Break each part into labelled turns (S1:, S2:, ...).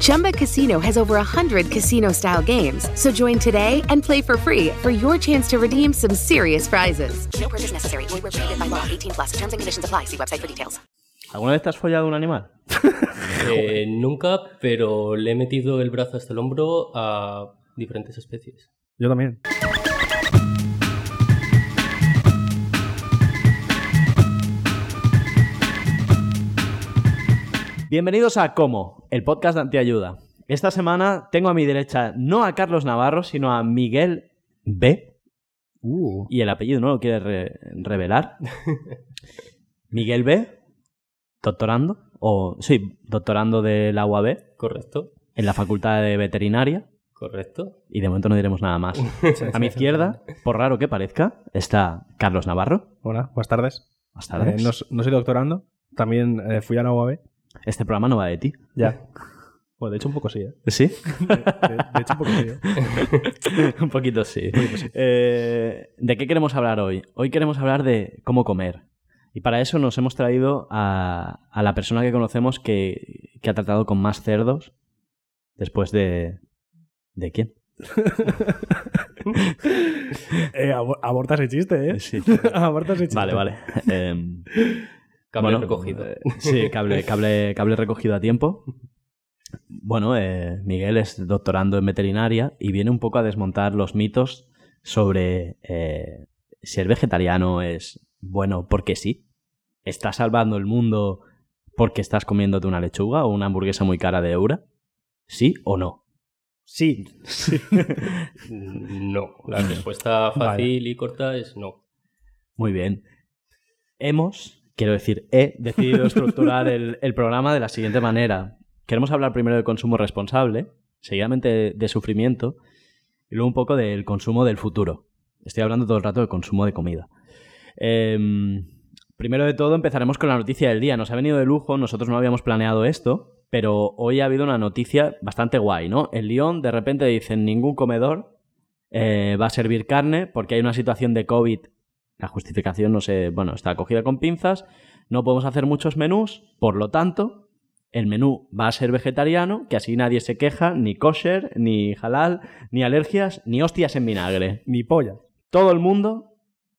S1: Chumba Casino has over 100 casino style games. So join today and play for free for your chance to redeem some serious prizes.
S2: No purchase necessary. Void where prohibited by law. 18 plus. Terms and conditions apply. See website for details.
S3: ¿Alguna vez te has follado a un animal?
S4: Eh, nunca, pero le he metido el brazo hasta el hombro a diferentes especies.
S3: Yo también. Bienvenidos a Como, el podcast de Antiayuda. Esta semana tengo a mi derecha no a Carlos Navarro, sino a Miguel B. Y el apellido no lo quiere re- revelar. Miguel B, doctorando, o sí, doctorando del agua B,
S4: ¿Correcto?
S3: en la Facultad de Veterinaria.
S4: ¿Correcto?
S3: Y de momento no diremos nada más. A mi izquierda, por raro que parezca, está Carlos Navarro.
S5: Hola, buenas tardes.
S3: Hasta tardes.
S5: Eh, no, s- no soy doctorando, también eh, fui a la UAB.
S3: Este programa no va de ti.
S5: Ya. Bueno, de hecho un poco sí, ¿eh?
S3: ¿Sí?
S5: De, de hecho un poco sí. ¿eh?
S3: Un poquito sí. Eh, ¿De qué queremos hablar hoy? Hoy queremos hablar de cómo comer. Y para eso nos hemos traído a, a la persona que conocemos que, que ha tratado con más cerdos después de... ¿De quién?
S5: Eh, abo- aborta ese chiste, ¿eh?
S3: Sí.
S5: aborta ese chiste.
S3: Vale, vale. Em,
S4: Cable
S3: Bueno,
S4: recogido.
S3: eh, sí, cable, cable, cable recogido a tiempo. Bueno, eh, Miguel es doctorando en veterinaria y viene un poco a desmontar los mitos sobre eh, si el vegetariano es bueno porque sí. ¿Estás salvando el mundo porque estás comiéndote una lechuga o una hamburguesa muy cara de eura? ¿Sí o no?
S5: Sí.
S4: No. La respuesta fácil y corta es no.
S3: Muy bien. Hemos, quiero decir, he decidido estructurar el, el programa de la siguiente manera. Queremos hablar primero de consumo responsable, seguidamente de sufrimiento y luego un poco del consumo del futuro. Estoy hablando todo el rato del consumo de comida. Em, primero de todo empezaremos con la noticia del día. Nos ha venido de lujo, nosotros no habíamos planeado esto, pero hoy ha habido una noticia bastante guay, ¿no? En Lyon de repente dicen ningún comedor eh, va a servir carne porque hay una situación de COVID. La justificación, no sé, bueno, está cogida con pinzas. No podemos hacer muchos menús, por lo tanto, el menú va a ser vegetariano, que así nadie se queja, ni kosher, ni halal, ni alergias, ni hostias en vinagre.
S5: Ni polla.
S3: Todo el mundo,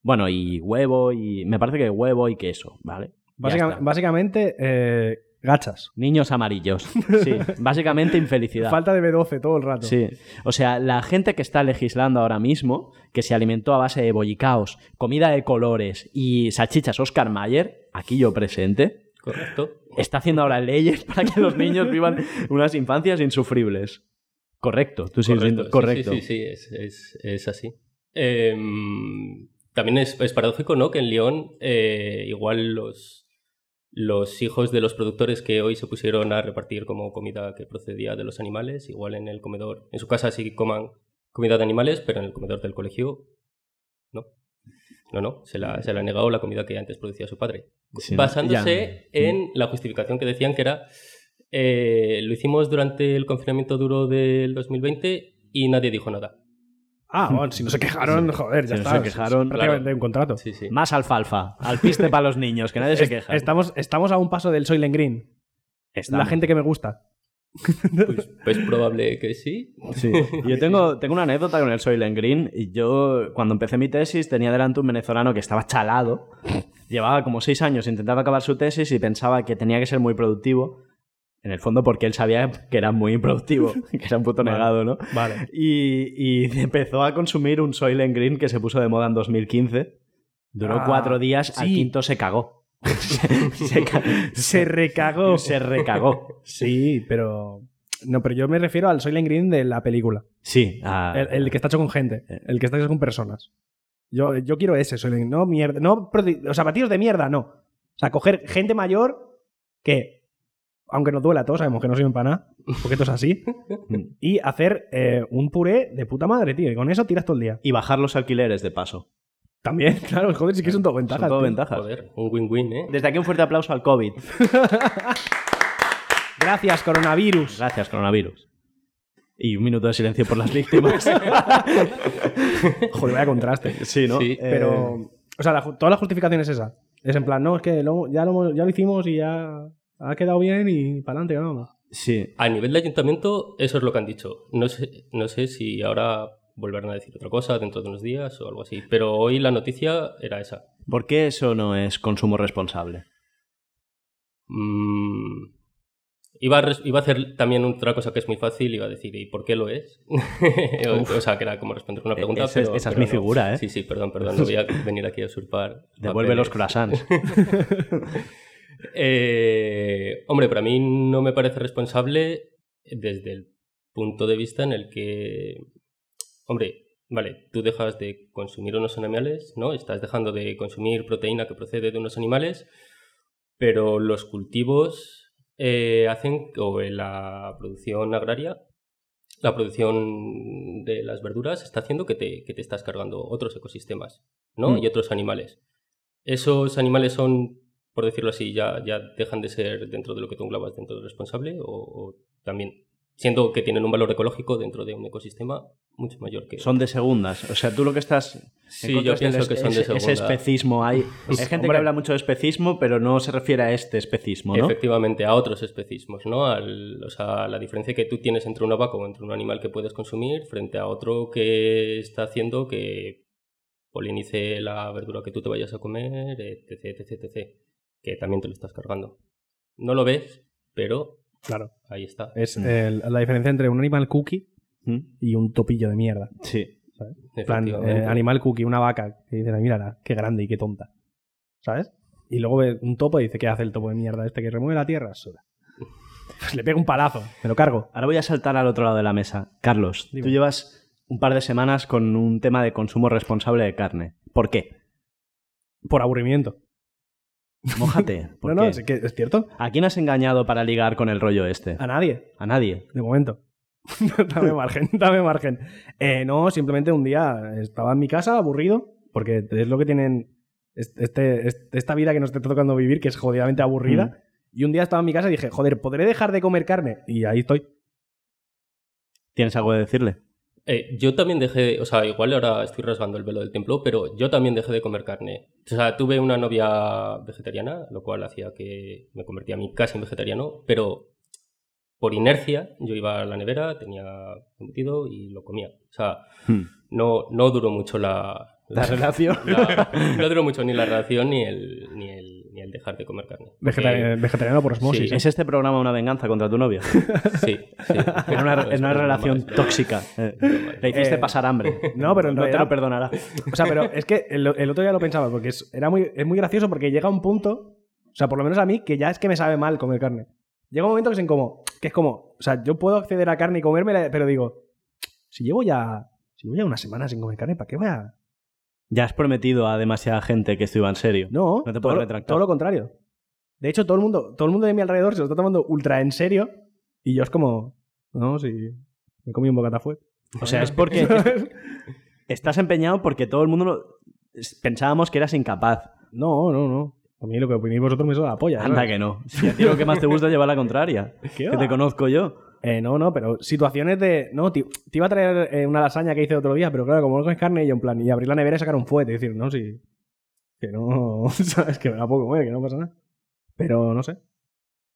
S3: bueno, y huevo, y me parece que huevo y queso, ¿vale? Ya
S5: Básicam-
S3: está.
S5: básicamente, eh, gachas.
S3: Niños amarillos. Sí, básicamente infelicidad.
S5: Falta de B12 todo el rato.
S3: Sí. O sea, la gente que está legislando ahora mismo, que se alimentó a base de bollicaos, comida de colores y salchichas Oscar Mayer, aquí yo presente,
S4: ¿Correcto?
S3: está haciendo ahora leyes para que los niños vivan unas infancias insufribles. Correcto, tú sigues
S4: correcto.
S3: siendo-
S4: sí,
S3: correcto.
S4: Sí, sí, sí, es, es- es así. Em, también es, es paradójico, ¿no? Que en León eh, igual los, los hijos de los productores que hoy se pusieron a repartir como comida que procedía de los animales, igual en el comedor, en su casa sí que coman comida de animales, pero en el comedor del colegio no. No, no, se la, se la ha negado la comida que antes producía su padre.
S3: Sí, ¿no?
S4: basándose en la justificación que decían que era eh, lo hicimos durante el confinamiento duro del 2020 y nadie dijo nada.
S5: Ah, bueno, si no se quejaron, joder, ya
S3: Si no
S5: está.
S3: se quejaron,
S5: Prácticamente
S4: claro.
S5: un contrato.
S4: Sí, sí.
S3: Más alfalfa, alpiste para los niños, que nadie se
S5: Es-
S3: queja.
S5: Estamos, estamos a un paso del Soylent Green.
S3: Estamos.
S5: La gente que me gusta.
S4: Pues, pues probable que sí.
S3: Sí. Yo tengo, tengo una anécdota con el Soylent Green. Y yo, cuando empecé mi tesis, tenía delante un venezolano que estaba chalado. Llevaba como seis años intentando acabar su tesis y pensaba que tenía que ser muy productivo. En el fondo, porque él sabía que era muy improductivo, que era un puto negado, ¿no?
S5: Vale.
S3: Y, y empezó a consumir un Soylent Green que se puso de moda en 2015. Duró
S5: Ah,
S3: cuatro días, al
S5: sí.
S3: quinto se cagó. se, se ca-
S5: Se recagó.
S3: se recagó.
S5: Sí, pero. No, pero yo me refiero al Soylent Green de la película.
S3: Sí. a-
S5: El, el que está hecho con gente.
S3: Eh.
S5: El que está hecho con personas. Yo, yo quiero ese Soylent Green. No, mierda. No, produ- o sea, batidos de mierda, no. O sea, coger gente mayor que. Aunque nos duela, todos sabemos que no sirven para nada. Porque esto es así.
S3: Mm.
S5: y hacer eh, un puré de puta madre, tío. Y con eso tiras todo el día.
S3: Y bajar los alquileres de paso.
S5: También, claro, joder, sí que son todo ventajas.
S3: Son todo
S5: tío.
S3: ventajas.
S4: Joder, un win-win, ¿eh?
S3: Desde aquí un fuerte aplauso al COVID.
S5: Gracias, coronavirus.
S3: Gracias, coronavirus. Y un minuto de silencio por las víctimas.
S5: Joder, vaya contraste.
S3: sí, ¿no?
S4: Sí,
S3: Eh,
S5: Pero, o sea, la ju- toda la justificación es esa. Es en plan, no, es que lo- ya, lo, hemos- ya lo hicimos y ya ha quedado bien y para adelante, vamos.
S3: Sí.
S4: A nivel de ayuntamiento, eso es lo que han dicho. No sé, no sé si ahora volverán a decir otra cosa dentro de unos días o algo así, pero hoy la noticia era esa.
S3: ¿Por qué eso no es consumo responsable?
S4: Mm, Iba a, res- iba a hacer también otra cosa que es muy fácil, iba a decir, ¿y por qué lo es? o, o sea, que era como responder una pregunta.
S3: Esa E-, es-
S4: pero-
S3: esa es
S4: pero
S3: mi
S4: no.
S3: figura, ¿eh?
S4: Sí, sí, perdón, perdón, no voy a venir aquí a usurpar.
S3: Devuelve los
S4: papeles.
S3: croissants.
S4: Eh, hombre, para mí no me parece responsable desde el punto de vista en el que, hombre, vale, tú dejas de consumir unos animales, ¿no? Estás dejando de consumir proteína que procede de unos animales, pero los cultivos eh, hacen, o la producción agraria, la producción de las verduras está haciendo que te, que te estás cargando otros ecosistemas, ¿no?
S3: Mm.
S4: Y otros animales. Esos animales son, por decirlo así, ya, ya dejan de ser dentro de lo que tú englobas dentro del responsable o, o también siendo que tienen un valor ecológico dentro de un ecosistema mucho mayor que...
S3: Son de segundas. O sea, tú lo que estás.
S4: Sí,
S3: en contra
S4: yo
S3: es del
S4: pienso que
S3: es-
S4: son de
S3: ese- Ese
S4: segunda.
S3: especismo hay. Hay gente
S5: hombre.
S3: que habla mucho de especismo, pero no se refiere a este especismo, ¿no?
S4: Efectivamente, a otros especismos, ¿no? Al- o sea, la diferencia que tú tienes entre una vaca o entre un animal que puedes consumir frente a otro que está haciendo que polinice la verdura que tú te vayas a comer, etc, etc, etc. Que también te lo estás cargando. No lo ves, pero
S5: Claro.
S4: ahí está.
S5: Es el- la diferencia entre un animal cookie
S3: Mm,
S5: y un topillo de mierda.
S3: Sí.
S5: En plan,
S4: Efectivamente.
S5: eh, animal cookie, una vaca, que dices, "Ay, mírala, qué grande y qué tonta. ¿Sabes? Y luego ve un topo y dice, ¿qué hace el topo de mierda este que remueve la tierra? Sola. Pues le pega un palazo, me lo cargo.
S3: Ahora voy a saltar al otro lado de la mesa. Carlos,
S5: Dime.
S3: tú llevas un par de semanas con un tema de consumo responsable de carne. ¿Por qué?
S5: Por aburrimiento.
S3: Mójate. ¿por
S5: No, no,
S3: qué?
S5: es, que es cierto.
S3: ¿A quién has engañado para ligar con el rollo este?
S5: A nadie.
S3: A nadie.
S5: De momento. dame margen, dame margen. Eh, no, simplemente un día estaba en mi casa aburrido, porque es lo que tienen es- este, es- esta vida que nos está tocando vivir, que es jodidamente aburrida.
S3: Mm.
S5: Y un día estaba en mi casa y dije, joder, ¿podré dejar de comer carne? Y ahí estoy.
S3: ¿Tienes algo que decirle?
S4: Eh, yo también dejé, o sea, igual ahora estoy rasgando el velo del templo, pero yo también dejé de comer carne. O sea, tuve una novia vegetariana, lo cual hacía que me convertía a mí casi en vegetariano, pero por inercia yo iba a la nevera, tenía embutido y lo comía. O sea,
S3: Hmm.
S4: no, no duró mucho la,
S3: La relación.
S4: la- no duró mucho ni la relación ni el, ni el, ni el dejar de comer carne.
S5: Vegeta-
S4: Eh,
S5: vegetariano por
S3: Sí,
S5: osmosis.
S3: ¿Es este programa una venganza contra tu novia?
S4: sí, sí.
S3: En una, en una
S4: Es broma,
S3: relación
S4: es broma.
S3: tóxica. Eh, le hiciste
S5: Eh,
S3: pasar hambre.
S5: no, pero en
S3: no te
S5: realidad-
S3: lo perdonará.
S5: O sea, pero es que el, el otro día lo pensaba, porque es, era muy, es muy gracioso porque llega un punto, o sea, por lo menos a mí, que ya es que me sabe mal comer carne. Llega un momento que es, en como, que es como, o sea, yo puedo acceder a carne y comérmela, pero digo, si llevo ya, si llevo ya una semana sin comer carne, ¿para qué voy a...?
S3: Ya has prometido a demasiada gente que esto iba en serio. No te
S5: No,
S3: puedes
S5: todo, lo-
S3: retractar.
S5: todo lo contrario. De hecho, todo el, mundo, todo el mundo de mi alrededor se lo está tomando ultra en serio y yo es como, no, si me comí un bocata fue.
S3: O sea, es porque estás empeñado porque todo el mundo lo- pensábamos que eras incapaz.
S5: No, no, no. A mí lo que opinéis vosotros me suena la polla.
S3: Anda
S5: ¿no?
S3: que no. Si a ti lo que más te gusta es llevar la contraria.
S5: ¿Qué
S3: que
S5: va?
S3: te conozco yo.
S5: Eh, no, no, pero situaciones de. No, te, te iba a traer eh, una lasaña que hice otro día, pero claro, como no comes carne, y yo en plan, y abrir la nevera y sacar un fuete, y decir, no, sí. Que no. ¿Sabes? Que me la puedo comer, que no pasa nada. Pero no sé.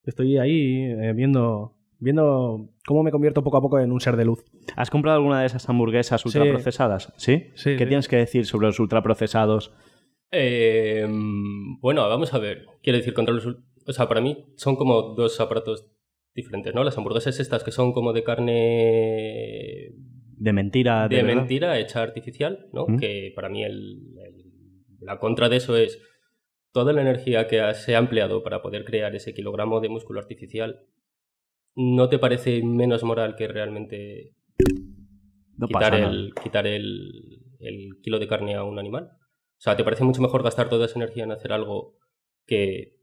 S5: Estoy ahí eh, viendo. Viendo cómo me convierto poco a poco en un ser de luz.
S3: ¿Has comprado alguna de esas hamburguesas ultraprocesadas? ¿Sí?
S5: Sí,
S3: ¿Qué
S5: sí.
S3: tienes que decir sobre los ultraprocesados?
S4: Eh, mm, bueno, vamos a ver. Quiero decir, contra los ul- O sea, para mí son como dos aparatos diferentes, ¿no? Las hamburguesas estas que son como de carne
S3: De mentira. Ah, De,
S4: de
S3: verdad?
S4: mentira hecha artificial, ¿no?
S3: ¿Mm?
S4: Que para mí el- el- la contra de eso es toda la energía que ha- se ha empleado para poder crear ese kilogramo de músculo artificial. ¿No te parece menos moral que realmente
S3: No
S4: quitar,
S3: pasa nada.
S4: el, quitar el, el kilo de carne a un animal? O sea, ¿te parece mucho mejor gastar toda esa energía en hacer algo que,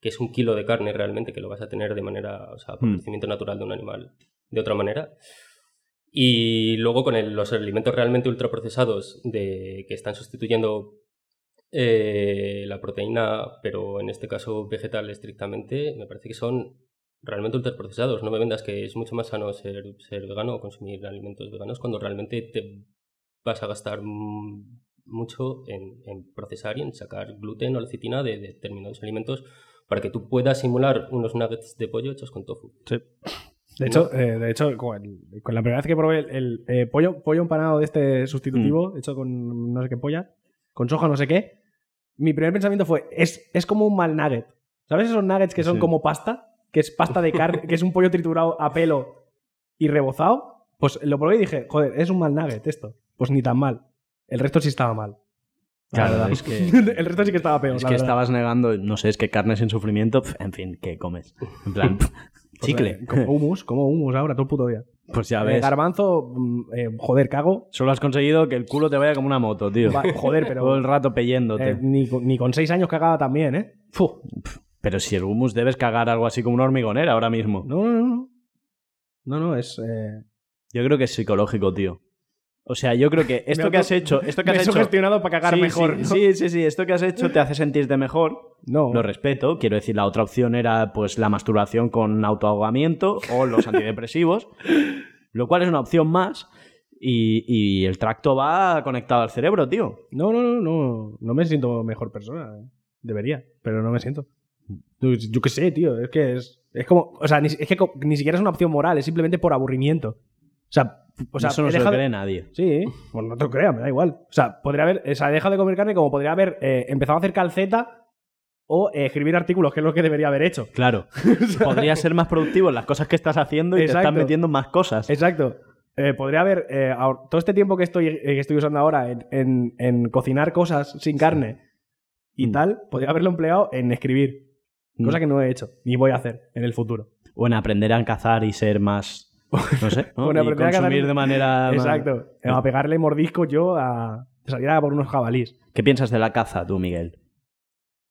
S4: que es un kilo de carne realmente, que lo vas a tener de manera, o sea, por
S3: Mm.
S4: crecimiento natural de un animal de otra manera? Y luego con el- los alimentos realmente ultraprocesados de, que están sustituyendo eh, la proteína, pero en este caso vegetal estrictamente, me parece que son realmente ultraprocesados. No me vendas que es mucho más sano ser, ser vegano o consumir alimentos veganos cuando realmente te vas a gastar mm, mucho en, en procesar y en sacar gluten o lecitina de determinados alimentos para que tú puedas simular unos nuggets de pollo hechos con tofu.
S5: De hecho, eh, de hecho con, el- con la primera vez que probé el, el, eh, pollo, pollo empanado de este sustitutivo,
S3: Mm.
S5: hecho con no sé qué polla, con soja no sé qué, mi primer pensamiento fue, es, es como un mal nugget. ¿Sabes esos nuggets que son
S3: Sí.
S5: como pasta? Que es pasta de carne, que es un pollo triturado a pelo y rebozado. Pues lo probé y dije, joder, es un mal nugget esto. Pues ni tan mal. El resto sí estaba mal. La
S3: Claro,
S5: verdad.
S3: es que-
S5: el resto sí que estaba peor.
S3: Es
S5: la
S3: que
S5: verdad.
S3: estabas negando, no sé, es que carne sin sufrimiento, pf, en fin, ¿qué comes? En plan, pf,
S5: Pues,
S3: chicle.
S5: eh, Como humus, como humus ahora todo el puto día.
S3: Pues ya
S5: Eh,
S3: ves.
S5: garbanzo, mm, eh, joder, cago.
S3: Solo has conseguido que el culo te vaya como una moto, tío.
S5: Va- joder, pero-
S3: Todo el rato
S5: Eh,
S3: peyéndote.
S5: ni, con- ni con seis años cagaba también, ¿eh? Fu.
S3: Pero si el humus debes cagar algo así como una hormigonera ahora mismo.
S5: No, no, no. No, no, es. eh,
S3: Yo creo que es psicológico, tío. O sea, yo creo que esto
S5: Me
S3: que
S5: auto-
S3: has hecho, esto que
S5: me
S3: has
S5: he
S3: hecho,
S5: sugestionado para cagar
S3: Sí,
S5: mejor.
S3: sí,
S5: ¿no?
S3: sí, sí, sí, esto que has hecho te hace sentirte mejor.
S5: No.
S3: Lo respeto, quiero decir, la otra opción era pues la masturbación con autoahogamiento o los antidepresivos, lo cual es una opción más y, y el tracto va conectado al cerebro, tío.
S5: no, no, no, no. No me siento mejor persona. Debería, pero no me siento. Yo, yo qué sé, tío. Es que es. Es como. O sea, ni, es que co- ni siquiera es una opción moral, es simplemente por aburrimiento. O sea, o sea
S3: Eso no
S5: he
S3: se lo
S5: dejado-
S3: cree nadie.
S5: Sí, pues no te lo creas, me da igual. O sea, podría haber, o sea, he dejado de comer carne como podría haber eh, empezado a hacer calceta o eh, escribir artículos, que es lo que debería haber hecho.
S3: Claro, podría ser más productivo en las cosas que estás haciendo y te
S5: Exacto.
S3: estás metiendo en más cosas.
S5: Exacto. Eh, podría haber, eh, ahor- todo este tiempo que estoy, eh, que estoy usando ahora en, en- en cocinar cosas sin carne y
S3: Mm.
S5: tal, podría haberlo empleado en escribir. Cosa
S3: Mm.
S5: que no he hecho, ni voy a hacer en el futuro.
S3: O en aprender a cazar y ser más, no sé, ¿no?
S5: O en
S3: Y
S5: aprender a cazar-
S3: consumir de manera... más-
S5: Exacto. Eh, A pegarle mordisco yo a salir a por unos jabalís.
S3: ¿Qué piensas de la caza tú, Miguel?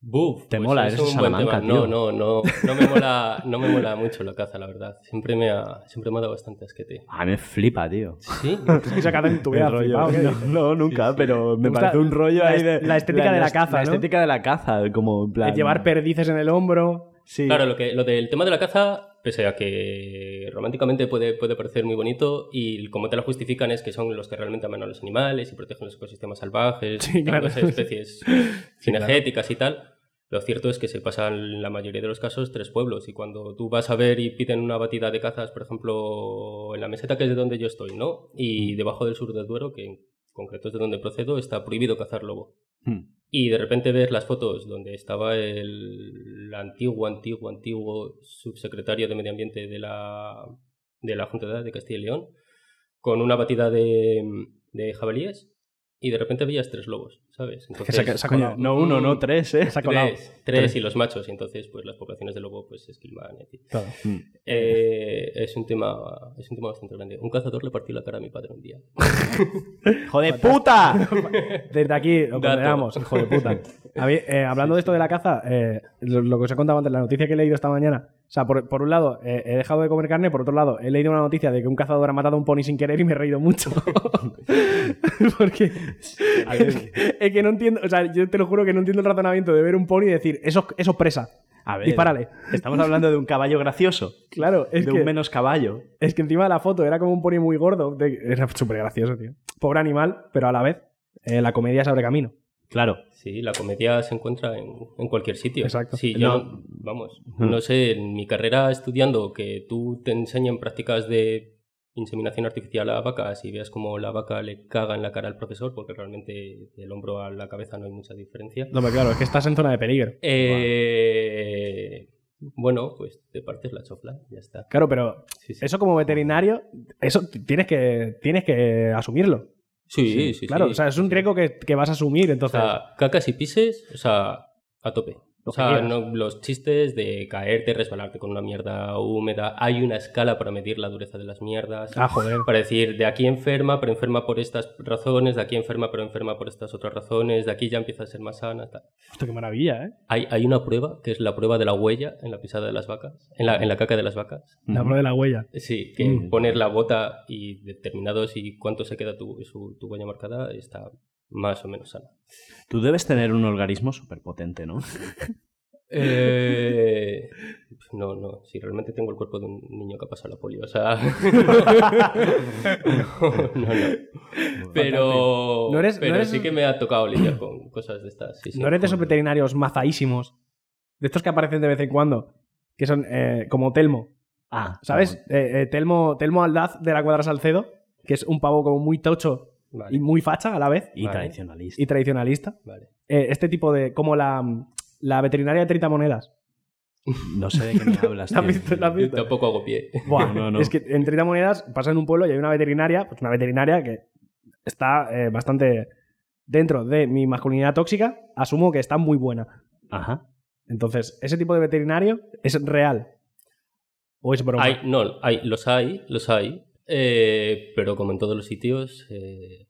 S4: Buf, pues
S3: Te mola, eres de Salamanca,
S4: No,
S3: tío.
S4: no, no, no me mola, no me mola mucho la caza, la verdad. Siempre me ha, siempre me ha dado bastante asquete.
S3: A mí me flipa, tío.
S4: Sí,
S5: Y sacando en tu vida,
S3: El rollo.
S5: flipado, ¿eh? ¿qué
S3: No,
S5: dices?
S3: no, nunca, pero me
S5: gusta
S3: parece un rollo
S5: la
S3: ahí
S5: est-
S3: de.
S5: la estética de la caza,
S3: La
S5: ¿no?
S3: estética de la caza, como en plan.
S5: Eh, Llevar perdices en el hombro.
S3: Sí.
S4: claro, lo, que, lo del tema de la caza, pese a que románticamente puede, puede parecer muy bonito y como te lo justifican es que son los que realmente aman a los animales y protegen los ecosistemas salvajes,
S5: Sí, claro.
S4: las especies cinegéticas y tal. Lo cierto es que se pasan en la mayoría de los casos tres pueblos y cuando tú vas a ver y piden una batida de cazas, por ejemplo, en la meseta que es de donde yo estoy, ¿no? Y debajo del sur del Duero, que en concreto es de donde procedo, está prohibido cazar lobo.
S3: Hmm.
S4: Y de repente ves las fotos donde estaba el antiguo, antiguo, antiguo subsecretario de Medio Ambiente de la, de la Junta de Castilla y León con una batida de, de jabalíes y de repente veías tres lobos, ¿sabes?
S5: Que se ha- se ha colado.
S3: No uno, no tres, ¿eh?
S5: Se ha colado.
S4: Tres, tres y los machos, y entonces pues las poblaciones de lobo pues se esquilman. en fin.
S5: Claro.
S4: Eh, es, un tema, es un tema bastante grande. Un cazador le partió la cara a mi padre un día.
S3: ¡Hijo de puta!
S5: Desde aquí
S4: Dato.
S5: lo condenamos, hijo de puta. A ver, eh, hablando de esto de la caza, eh, lo, lo que os he contado antes, la noticia que he leído esta mañana. O sea, por, por un lado, eh, he dejado de comer carne, por otro lado, he leído una noticia de que un cazador ha matado a un pony sin querer y me he reído mucho. Porque es que, es que no entiendo, o sea, yo te lo juro que no entiendo el razonamiento de ver un pony y decir, eso, eso es presa.
S3: A ver.
S5: Dispárale.
S3: Estamos hablando de un caballo gracioso.
S5: Claro, es
S3: de
S5: que...
S3: un menos caballo.
S5: Es que encima de la foto era como un pony muy gordo. de- Era súper gracioso, tío. Pobre animal, pero a la vez eh, la comedia se abre camino.
S3: Claro.
S4: Sí, la comedia se encuentra en, en cualquier sitio.
S5: Exacto.
S4: Sí, yo,
S3: No.
S4: vamos, no sé, en mi carrera estudiando que tú te enseñen prácticas de inseminación artificial a vacas y veas cómo la vaca le caga en la cara al profesor, porque realmente del hombro a la cabeza no hay mucha diferencia.
S5: No, pero claro, es que estás en zona de peligro.
S4: Eh, Bueno, pues te partes la chofla, ya está.
S5: Claro, pero
S4: Sí, sí.
S5: eso como veterinario, eso t- tienes que, tienes que asumirlo.
S4: Sí, sí, sí.
S5: claro, o sea, es un riesgo que, que vas a asumir,
S4: O
S5: entonces.
S4: sea, cacas y pises, o sea, a tope.
S5: Lo
S4: O
S5: que
S4: sea,
S5: quieras.
S4: no- los chistes de caerte, resbalarte con una mierda húmeda. Hay una escala para medir la dureza de las mierdas.
S5: Ah, joder.
S4: Para decir, de aquí enferma, pero enferma por estas razones, de aquí enferma, pero enferma por estas otras razones, de aquí ya empieza a ser más sana. tal.
S5: Hostia, qué maravilla, ¿eh?
S4: Hay, hay una prueba, que es la prueba de la huella en la pisada de las vacas, en la, en la caca de las vacas.
S5: La prueba de la huella.
S4: Sí, que
S3: Mm.
S4: poner la bota y determinados y cuánto se queda tu, su- tu huella marcada está más o menos sana.
S3: Tú debes tener un organismo súper potente, ¿no?
S4: Eh, no, no, si realmente tengo el cuerpo de un niño que ha pasado la polio, o sea... no, no, no. Pero,
S5: No eres- no
S4: pero
S5: eres-
S4: sí que me ha tocado lidiar con cosas de estas. sí, sí.
S5: ¿No eres de esos veterinarios mazaísimos? De estos que aparecen de vez en cuando. Que son eh, como Telmo.
S3: Ah,
S5: ¿Sabes? Eh, eh, Telmo, Telmo Aldaz de la Cuadra Salcedo. Que es un pavo como muy tocho
S4: Vale,
S5: y muy facha a la vez.
S3: Y
S4: Vale.
S3: tradicionalista.
S5: Y tradicionalista.
S4: vale.
S5: Eh, este tipo de. Como la, la veterinaria de 30 monedas.
S3: No sé de qué me hablas.
S5: ¿La has
S3: tío.
S5: visto? ¿La has
S4: Yo
S5: visto?
S4: tampoco hago pie.
S5: Buah,
S3: No, no.
S5: Es que en 30 monedas pasa en un pueblo y hay una veterinaria, pues una veterinaria que está eh, bastante dentro de mi masculinidad tóxica, asumo que está muy buena.
S3: Ajá.
S5: Entonces, ese tipo de veterinario es real. ¿O es broma?
S4: Hay, no, hay, los hay, los hay, eh, pero como en todos los sitios, eh,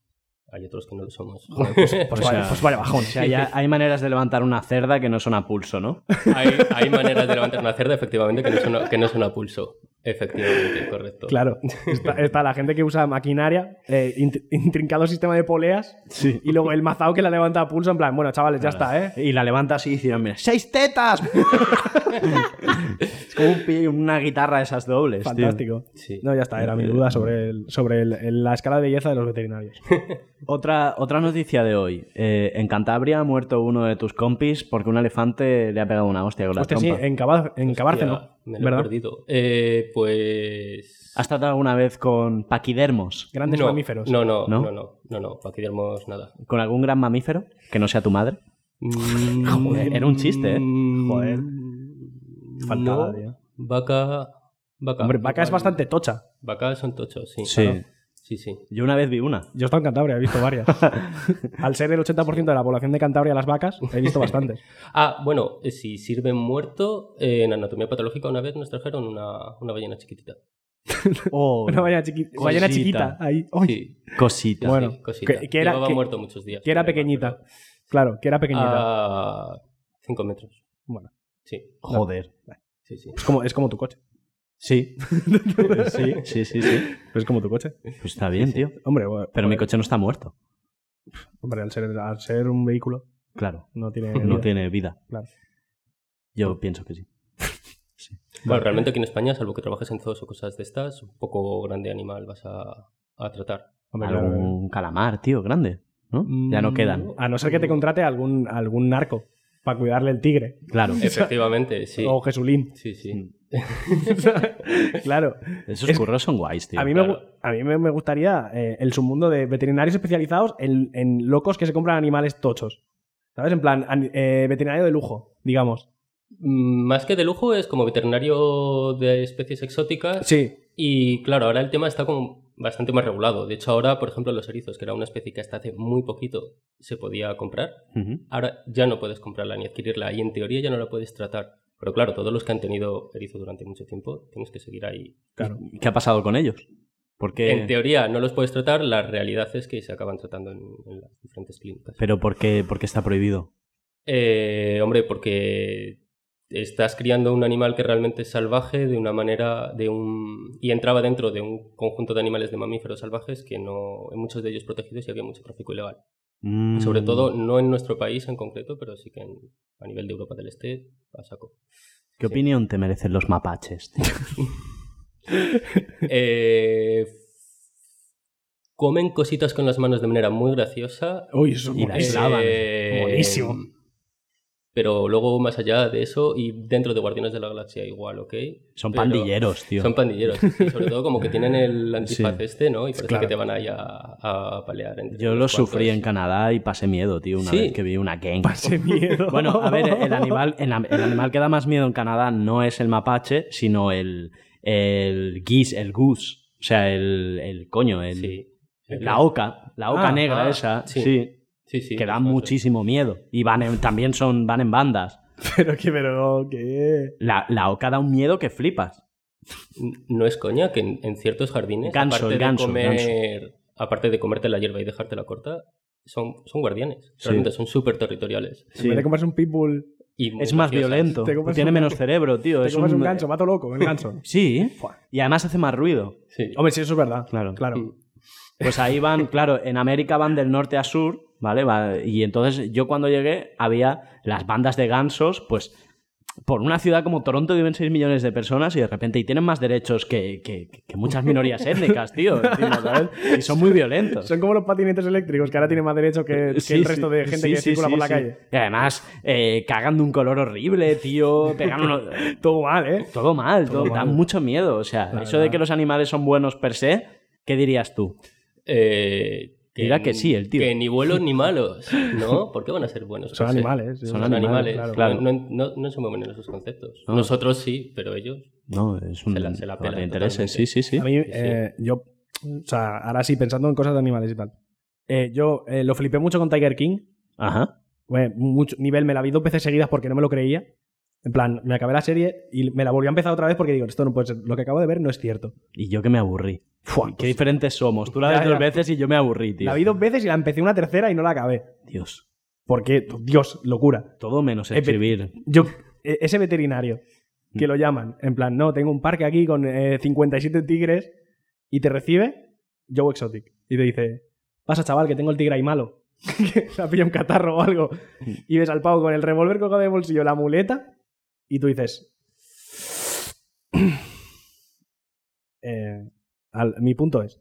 S4: hay otros que no lo somos.
S5: pues,
S3: o
S5: vaya,
S3: sea-
S5: pues vaya bajón.
S3: O sea, ya hay maneras de levantar una cerda que no son a pulso, ¿no?
S4: hay, hay maneras de levantar una cerda, efectivamente, que no suena, que no suena a pulso. Efectivamente, correcto.
S5: Claro, está, está la gente que usa maquinaria, eh, int- intrincado sistema de poleas
S3: Sí.
S5: y luego el mazao que la levanta a pulso en plan, bueno, chavales, ya está, ¿eh?
S3: Y la levanta así y dice, mira, ¡seis tetas! es como un pi- una guitarra de esas dobles. tío.
S5: Fantástico.
S4: Sí.
S5: No, ya está, era mi
S3: Eh,
S5: duda sobre, el- sobre el- el- la escala de belleza de los veterinarios.
S3: Otra, otra noticia de hoy. Eh, en Cantabria ha muerto uno de tus compis porque un elefante le ha pegado una hostia con la
S5: Hostia, sí, eh.
S3: trompa.
S5: en, Caba- en Cabárceno,
S4: Ya, me lo he
S5: ¿verdad?
S4: perdido. Eh, pues...
S3: ¿Has tratado alguna vez con paquidermos?
S5: Grandes
S4: no,
S5: mamíferos.
S4: No, no,
S3: ¿No?
S4: no, no, no, no, Aquí diremos nada.
S3: ¿Con algún gran mamífero? Que no sea tu madre.
S5: Ah,
S3: Joder, era un chiste, ¿eh? Joder.
S5: Faltada,
S4: Mm, no,
S5: tío.
S4: Vaca... Vaca,
S5: Hombre, vaca es bastante tocha.
S4: Vaca son tochos, sí.
S3: Sí.
S4: claro. Sí, sí.
S3: Yo una vez vi una.
S5: Yo he estado en Cantabria, he visto varias. Al ser el 80% de la población de Cantabria las vacas, he visto bastantes.
S4: Ah, bueno, eh, si sirven muerto, eh, en anatomía patológica una vez nos trajeron una, una ballena chiquitita.
S3: Oh,
S5: Una ballena, chiqui- ballena chiquita ahí. Ay,
S4: Sí,
S3: Cosita.
S5: Bueno,
S4: sí, cosita.
S5: que- que era-
S4: Llevaba
S5: que-
S4: muerto muchos días.
S5: que era
S4: pero-
S5: pequeñita. Claro, que era
S4: Ah.
S5: pequeñita.
S4: A 5 metros.
S5: Bueno.
S4: Sí,
S3: Joder.
S4: sí, sí.
S5: Es, como, es como tu coche.
S3: Sí. sí, sí, sí, sí.
S5: Pues es como tu coche.
S3: Pues está bien, tío.
S5: Hombre, bueno,
S3: Pero mi
S5: joder.
S3: coche no está muerto.
S5: Hombre, al ser, al ser un vehículo,
S3: Claro.
S5: no tiene.
S3: No
S5: vida.
S3: tiene vida.
S5: Claro.
S3: Yo pienso que sí.
S4: Bueno, realmente aquí en España, salvo que trabajes en zoos o cosas de estas, un poco grande animal vas a, a tratar.
S5: Hombre, claro, claro. Mm,
S3: Algún calamar, tío, grande. ¿no? Ya
S4: Mm,
S3: no quedan.
S5: A no ser que te contrate algún, algún narco para cuidarle el tigre.
S3: Claro.
S4: Efectivamente, sí.
S5: O Jesulín.
S4: Sí, sí.
S5: claro.
S3: Esos
S5: Es-
S3: curros son guays, tío.
S5: A mí, me, gu- a mí me me gustaría eh, el submundo de veterinarios especializados en, en locos que se compran animales tochos. ¿Sabes? En plan, an- eh, veterinario de lujo, digamos.
S4: Mm, Más que de lujo es como veterinario de especies exóticas.
S5: Sí.
S4: Y claro, ahora el tema está como bastante más regulado. De hecho, ahora, por ejemplo, los erizos, que era una especie que hasta hace muy poquito se podía comprar,
S3: Ujú.
S4: ahora ya no puedes comprarla ni adquirirla y en teoría ya no la puedes tratar. Pero claro, todos los que han tenido erizo durante mucho tiempo, tienes que seguir ahí.
S3: ¿Qué ha pasado con ellos? ¿Por qué?
S4: En teoría no los puedes tratar, la realidad es que se acaban tratando en, en las diferentes clínicas.
S3: ¿Pero por qué, por qué está prohibido?
S4: Eh, hombre, porque estás criando un animal que realmente es salvaje de una manera de un y entraba dentro de un conjunto de animales de mamíferos salvajes que no en muchos de ellos protegidos y había mucho tráfico ilegal.
S3: Mm.
S4: Sobre todo no en nuestro país en concreto, pero sí que en- a nivel de Europa del Este a saco.
S3: ¿Qué
S4: sí.
S3: opinión te merecen los mapaches? tío?
S4: Eh, comen cositas con las manos de manera muy graciosa.
S5: Uy, eso
S3: Y las lavan.
S4: Eh,
S5: Buenísimo.
S4: Pero luego más allá de eso y dentro de Guardianes de la Galaxia igual, ¿ok?
S3: Son
S4: Pero-
S3: pandilleros, tío.
S4: Son pandilleros, sí, sí, sobre todo como que tienen el antifaz
S3: Sí.
S4: este, ¿no? Y parece
S5: Claro.
S4: que te van ahí a, a palear. entre
S3: Yo
S4: unos
S3: lo sufrí en
S4: cuantos.
S3: Canadá y pasé miedo, tío, una
S4: Sí.
S3: vez que vi una gang.
S5: Pase miedo.
S3: Bueno, a ver, el animal, el, am- el animal que da más miedo en Canadá no es el mapache, sino el, el geese, el goose. O sea, el, el coño, el,
S4: Sí.
S3: la oca, la oca
S5: Ah,
S3: negra
S4: ah,
S3: esa,
S4: sí.
S3: sí,
S4: Sí, sí.
S3: que da
S4: bastante.
S3: muchísimo miedo. Y van en- también son, van en bandas.
S5: Pero que, pero que.
S3: La, la oca da un miedo que flipas.
S4: No es coña que en, en ciertos jardines,
S3: Ganso,
S4: aparte,
S3: el ganso,
S4: de comer, aparte de comerte la hierba y dejártela corta, son, son guardianes.
S3: Sí.
S4: Realmente son súper territoriales.
S5: En vez de comprarse un pitbull,
S4: y muy
S3: Es más
S4: graciosas.
S3: violento.
S5: Te comes
S3: Tiene
S5: un-
S3: menos cerebro, tío.
S5: te
S3: es
S5: comes un ganso, mato loco, el ganso.
S3: Sí.
S5: Fua.
S3: Y además hace más ruido.
S4: Sí.
S5: Hombre, sí, eso es verdad.
S3: Claro.
S5: Claro.
S3: Pues ahí van, claro, en América van del norte a sur, ¿vale? Va- Y entonces yo cuando llegué había las bandas de gansos, pues por una ciudad como Toronto viven 6 millones de personas y de repente y tienen más derechos que, que- que muchas minorías étnicas, tío. encima, ¿sabes? Y son muy violentos.
S5: Son como los patinetes eléctricos, que ahora tienen más derecho que, que
S3: Sí,
S5: el
S3: sí,
S5: resto de gente
S3: sí,
S5: que
S3: sí,
S5: circula
S3: sí,
S5: por la
S3: sí.
S5: calle.
S3: Y además, eh, cagan de un color horrible, tío. Pegan unos-
S5: Todo mal, ¿eh?
S3: Todo mal, todo,
S5: Todo
S3: da
S5: mal.
S3: mucho miedo. O sea,
S5: La
S3: eso de
S5: verdad.
S3: que los animales son buenos per se, ¿qué dirías tú?
S4: Eh,
S3: Dirá que sí, el tío.
S4: Que ni buenos ni malos, ¿no? ¿Por qué van a ser buenos?
S5: Son
S4: No sé.
S5: animales. sí,
S3: Son
S4: Son
S3: animales,
S4: animales,
S3: claro.
S4: No, no- no se mueven en esos conceptos.
S3: No.
S4: Nosotros sí, pero ellos.
S3: Ah. Mm, No, es
S4: Se la- se la
S3: tema de
S4: pelan
S3: intereses, sí, sí,
S4: totalmente.
S3: sí.
S5: A mí,
S4: sí.
S5: eh, yo, o sea, ahora sí, pensando en cosas de animales y tal. Eh, yo eh, lo flipé mucho con Tiger King.
S3: Ajá.
S5: Bueno, mucho nivel, me la vi dos veces seguidas porque no me lo creía. En plan, me acabé la serie y me la volví a empezar otra vez porque digo, esto no puede ser, lo que acabo de ver no es cierto.
S3: Y yo que me aburrí. pues,
S5: Fua,
S3: Qué diferentes somos. Tú la
S5: Ya,
S3: ves dos
S5: ya.
S3: veces y yo me aburrí, tío.
S5: la vi dos veces y la empecé una tercera y no la acabé.
S3: Dios.
S5: Porque, Dios, locura.
S3: Todo menos
S5: Eh, pe-
S3: escribir.
S5: Yo, e- ese veterinario que lo llaman, en plan, no, tengo un parque aquí con eh, 57 tigres y te recibe Joe Exotic y te dice, pasa chaval, que tengo el tigre ahí malo. que se ha pillado un catarro o algo. Y ves al pavo con el revólver colgado de bolsillo, la muleta, y tú dices... eh, al- mi punto es...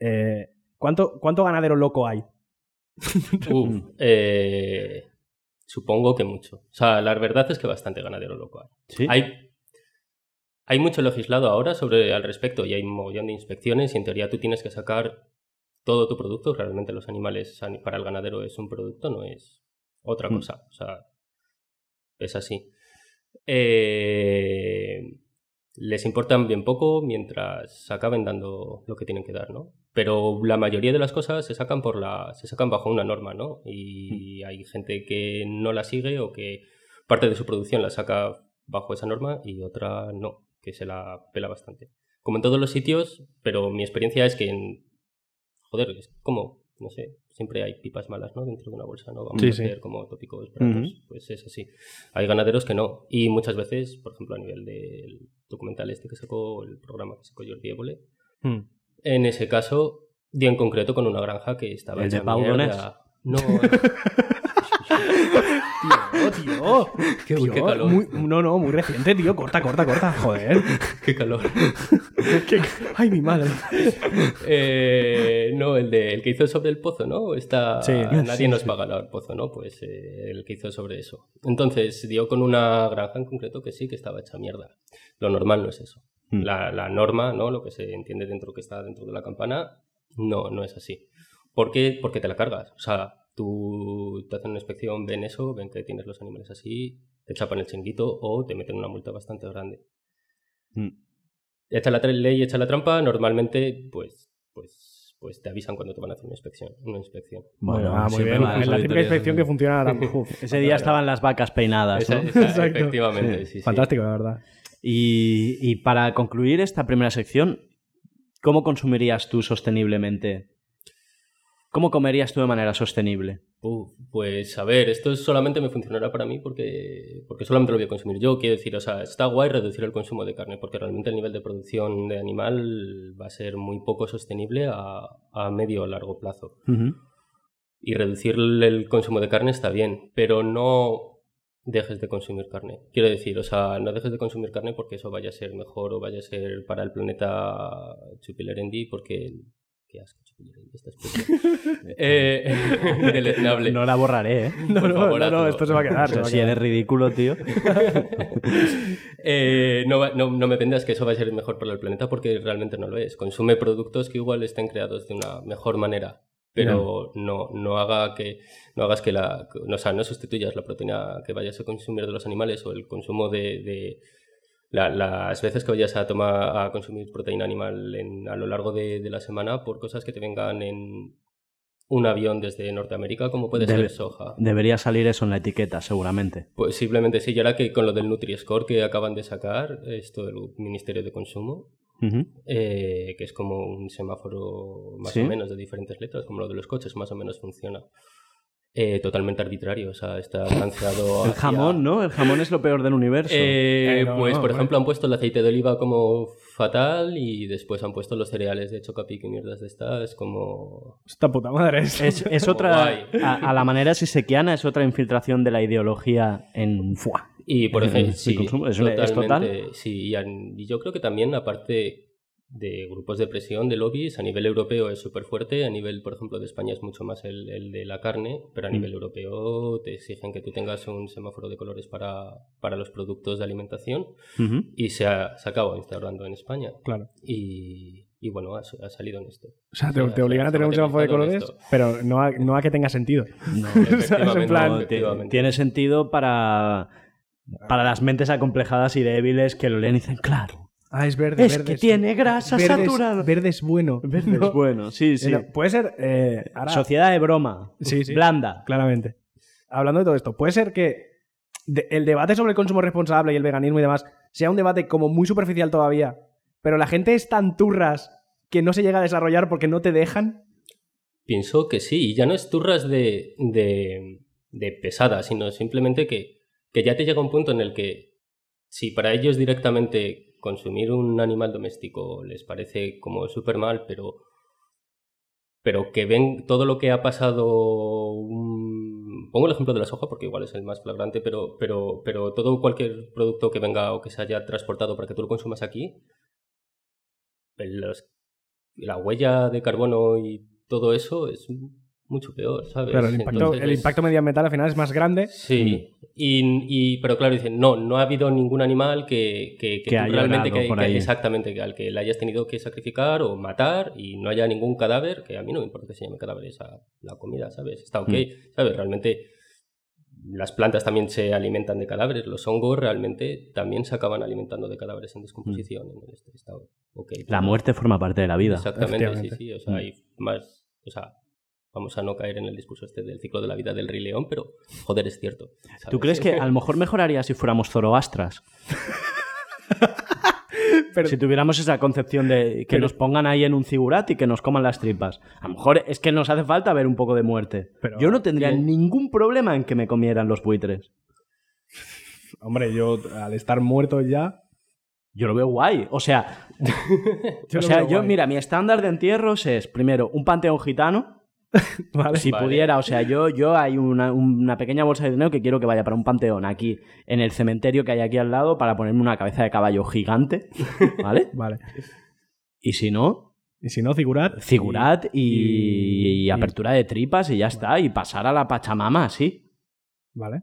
S5: eh, ¿cuánto, ¿Cuánto ganadero loco hay?
S4: Uf,
S3: Mm.
S4: eh, supongo que mucho. O sea, la verdad es que bastante ganadero loco hay.
S3: Sí.
S4: Hay, hay mucho legislado ahora sobre al respecto y hay un mogollón de inspecciones y en teoría tú tienes que sacar todo tu producto. Realmente los animales o sea, para el ganadero es un producto, no es otra
S3: Mm.
S4: cosa. O sea, es así. Eh, les importan bien poco mientras acaben dando lo que tienen que dar, ¿no? Pero la mayoría de las cosas se sacan por la, se sacan bajo una norma, ¿no?
S5: Mm.
S4: Y hay gente que no la sigue o que parte de su producción la saca bajo esa norma y otra no, que se la pela bastante. Como en todos los sitios, pero mi experiencia es que en- joder, es como, no sé, siempre hay pipas malas, ¿no? Dentro de una bolsa, ¿no? Vamos
S5: Sí,
S4: a
S5: sí.
S4: hacer como tópicos baratos, pues es así. Hay ganaderos que no. Y muchas veces, por ejemplo, a nivel del documental este que sacó, el programa que sacó Jordi Évole, en ese caso, dio en concreto con una granja que estaba
S3: ¿El de
S4: hecha
S3: Pau
S4: mierda.
S3: Donés?
S4: No, no,
S5: tío!
S4: Qué-
S5: Tío,
S4: qué calor.
S5: muy- no, no, muy reciente, tío. Corta, corta, corta. Joder.
S4: qué calor.
S5: Qué- Ay, mi madre.
S4: Eh, no, el, de, el que hizo sobre el pozo, ¿no? Está,
S5: Sí,
S4: nadie
S5: sí,
S4: nos
S5: sí.
S4: paga el pozo, ¿no? Pues eh, el que hizo sobre eso. Entonces, dio con una granja en concreto que sí, que estaba hecha mierda. Lo normal no es eso.
S5: Hmm.
S3: Mm.
S4: La, la norma, ¿no? Lo que se entiende dentro que está dentro de la campana, no, no es así. ¿Por qué? Porque te la cargas. O sea, tú te hacen una inspección, ven eso, ven que tienes los animales así, te chapan el chinguito o te meten una multa bastante grande echa la tra- ley, echa la trampa, normalmente, pues, pues, pues te avisan cuando te van a hacer una inspección. Una inspección.
S3: Bueno,
S5: Ah, muy
S3: siempre
S5: bien.
S3: van las
S5: Es la típica
S3: auditorías.
S5: inspección que funciona. ahora. Uf,
S3: Ese día estaban las vacas peinadas,
S4: Esa-
S3: Ah, ¿no?
S4: esa-
S5: Exacto.
S4: efectivamente, sí, sí.
S5: Fantástico, la verdad.
S3: Y, y para concluir esta primera sección, ¿cómo consumirías tú sosteniblemente? ¿Cómo comerías tú de manera sostenible?
S4: Uf, pues a ver, esto solamente me funcionará para mí porque, porque solamente lo voy a consumir yo. Quiero decir, o sea, está guay reducir el consumo de carne porque realmente el nivel de producción de animal va a ser muy poco sostenible a, a medio o largo plazo. Y reducir el- el consumo de carne está bien, pero no dejes de consumir carne. Quiero decir, o sea, no dejes de consumir carne porque eso vaya a ser mejor o vaya a ser para el planeta Chupilerendi, porque... Qué asco, Chupilerendi, esta especie. eh, deleznable.
S3: No la borraré, ¿eh?
S5: No,
S4: Por
S5: no,
S4: favor,
S5: no, no,
S4: hazlo.
S5: esto se va a quedar.
S3: O
S5: se
S3: sea,
S5: va a
S3: si eres
S5: quedar.
S3: ridículo, tío.
S4: Eh, no, va- no, no me vendas que eso va a ser mejor para el planeta porque realmente no lo es. Consume productos que igual estén creados de una mejor manera, pero no, no, haga que, no hagas que la... no, o sea, no sustituyas la proteína que vayas a consumir de los animales o el consumo de... de- la- las veces que vayas a tomar a consumir proteína animal en- a lo largo de, de la semana por cosas que te vengan en un avión desde Norteamérica, como puede
S3: Debe-
S4: ser soja.
S3: Debería salir eso en la etiqueta, seguramente.
S4: Posiblemente Pues sí, y ahora que con lo del Nutri-Score que acaban de sacar, esto del Ministerio de Consumo,
S3: Ujú.
S4: eh, que es como un semáforo más
S3: Sí.
S4: o menos de diferentes letras, como lo de los coches, más o menos funciona. Eh, totalmente arbitrario, o sea, está lanzado.
S3: El
S4: hacia-
S3: jamón, ¿no? El jamón es lo peor del universo.
S4: Eh,
S5: Eh, no,
S4: pues,
S5: no,
S4: por
S5: bueno.
S4: ejemplo, han puesto el aceite de oliva como fatal y después han puesto los cereales de Chocapic y mierdas de estas como...
S5: Esta puta madre es.
S3: es, es
S4: como
S3: otra,
S4: guay.
S3: a, a la manera sisequiana, es otra infiltración de la ideología en... ¡Fua!
S4: Y, por
S3: El-
S4: ejemplo,
S3: el
S4: sí,
S3: consumo es- es total.
S4: totalmente, Sí, y, han- y yo creo que también, aparte de grupos de presión, de lobbies, a nivel europeo es súper fuerte, a nivel, por ejemplo, de España es mucho más el, el de la carne, pero a
S3: Mm.
S4: nivel europeo te exigen que tú tengas un semáforo de colores para, para los productos de alimentación
S3: Ujú.
S4: y se ha, se acaba instaurando en España.
S5: Claro.
S4: Y, y bueno, ha, ha salido en esto.
S5: O sea, te,
S4: Sí,
S5: te obligan a
S4: sí,
S5: tener un
S4: sí,
S5: semáforo de
S4: todo
S5: colores,
S4: esto.
S5: pero no a, no a que tenga sentido.
S3: No,
S5: en plan,
S3: no, ti- tiene sentido para, para las mentes acomplejadas y débiles que lo leen y dicen, claro,
S5: Ah, es verde.
S3: Es
S5: verde,
S3: que tiene grasa
S5: verde es-
S3: saturada.
S5: Verde es bueno.
S3: verde
S5: No.
S3: es bueno, sí, sí.
S5: Pero Puede ser. eh, ahora-
S3: Sociedad de broma,
S5: Sí, sí.
S3: blanda.
S5: claramente. Hablando de todo esto, puede ser que de- el debate sobre el consumo responsable y el veganismo y demás sea un debate como muy superficial todavía, pero la gente es tan turras que no se llega a desarrollar porque no te dejan.
S4: Pienso que sí, y ya no es turras de, de, de pesada, sino simplemente que, que ya te llega un punto en el que si para ellos directamente consumir un animal doméstico les parece como súper mal, pero, pero que ven todo lo que ha pasado... un- Pongo el ejemplo de la soja porque igual es el más flagrante, pero, pero, pero todo cualquier producto que venga o que se haya transportado para que tú lo consumas aquí, los- la huella de carbono y todo eso es mucho peor, ¿sabes?
S5: Claro, el impacto,
S4: Entonces
S5: el
S4: es-
S5: impacto medioambiental al final es más grande.
S3: Mm.
S4: Sí, y, y- pero claro, dicen, no, no ha habido ningún animal que, que, que
S3: Que
S4: tú
S3: haya
S4: realmente,
S3: orado
S4: que,
S3: por
S4: que-
S3: ahí.
S4: exactamente, que al que le hayas tenido que sacrificar o matar y no haya ningún cadáver, que a mí no me importa que se llame cadáver esa, la comida, ¿sabes? Está ok,
S3: Mm.
S4: ¿sabes? Realmente las plantas también se alimentan de cadáveres, los hongos realmente también se acaban alimentando de cadáveres en descomposición, en este estado. ok.
S3: Mm. La muerte forma parte de la vida.
S4: Exactamente, sí,
S5: Efectivamente.
S4: sí. O sea, hay más. O sea, vamos a no caer en el discurso este del ciclo de la vida del Rey León, pero joder, es cierto. ¿sabes?
S3: ¿Tú crees que a lo mejor mejoraría si fuéramos zoroastras?
S5: Pero-
S3: si tuviéramos esa concepción de que nos pongan ahí en un figurat y que nos coman las tripas. A lo mejor es que nos hace falta ver un poco de muerte.
S5: Pero-
S3: Yo no tendría ningún problema en que me comieran los buitres.
S5: Hombre, yo al estar muerto ya.
S3: Yo lo veo guay. O sea,
S5: Yo
S3: o
S5: lo
S3: sea,
S5: veo
S3: yo,
S5: guay.
S3: mira, mi estándar de entierros es, primero, un panteón gitano.
S5: Vale.
S3: Si
S4: Vale.
S3: pudiera, o sea, yo, yo hay una, una pequeña bolsa de dinero que quiero que vaya para un panteón aquí, en el cementerio que hay aquí al lado, para ponerme una cabeza de caballo gigante, ¿vale?
S5: Vale.
S3: Y si no,
S5: Y si no, Figurat.
S3: figurat
S5: y-
S3: y, y apertura de tripas y ya está, y pasar a la Pachamama, así.
S5: Vale.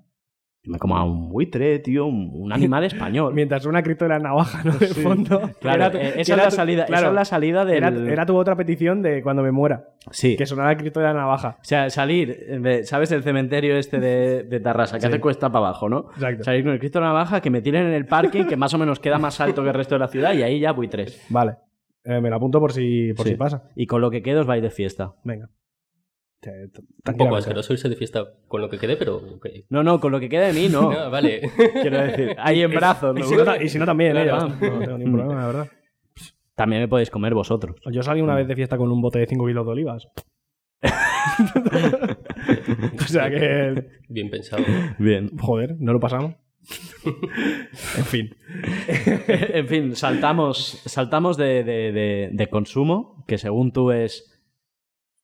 S3: Yo me como a un buitre, tío, un, un animal español.
S5: Mientras una cripto de la navaja, ¿no? De fondo.
S3: Claro,
S5: Era tu-
S3: eh, esa,
S5: era
S3: es la
S5: tu-
S3: salida,
S5: claro,
S3: esa es la salida del...
S5: era, era tu otra petición de cuando me muera.
S3: sí.
S5: Que sonara el grito de la navaja.
S3: O sea, salir, eh, de- ¿sabes? El cementerio este de, de Tarrasa, que
S5: Sí.
S3: te cuesta para abajo, ¿no?
S5: Exacto.
S3: Salir con el Cristo de la Navaja, que me tiren en el parking, que más o menos queda más alto que el resto de la ciudad, y ahí ya voy tres.
S5: Vale. Eh, me la apunto por si, por
S3: Sí.
S5: si pasa.
S3: Y con lo que quedo os vais de fiesta.
S5: Venga. Te- t-
S4: Un poco
S5: tranquilamente.
S4: asqueroso irse de fiesta con lo que quede, pero. ok.
S3: No, no, con lo que queda de mí, no.
S4: Ah, vale.
S3: Quiero decir, ahí en brazos.
S5: Y
S3: Eh, ¿no?
S5: si no, ta- y si no también, ¿eh?
S3: Claro.
S5: No tengo ningún problema, la verdad.
S3: También me podéis comer vosotros.
S5: Yo salí una vez de fiesta con un bote de 5 kilos de olivas. o sea que,
S4: Bien pensado.
S3: Bien.
S5: joder, no lo pasamos. en fin.
S3: en fin, saltamos, saltamos de, de- de- de consumo, que según tú es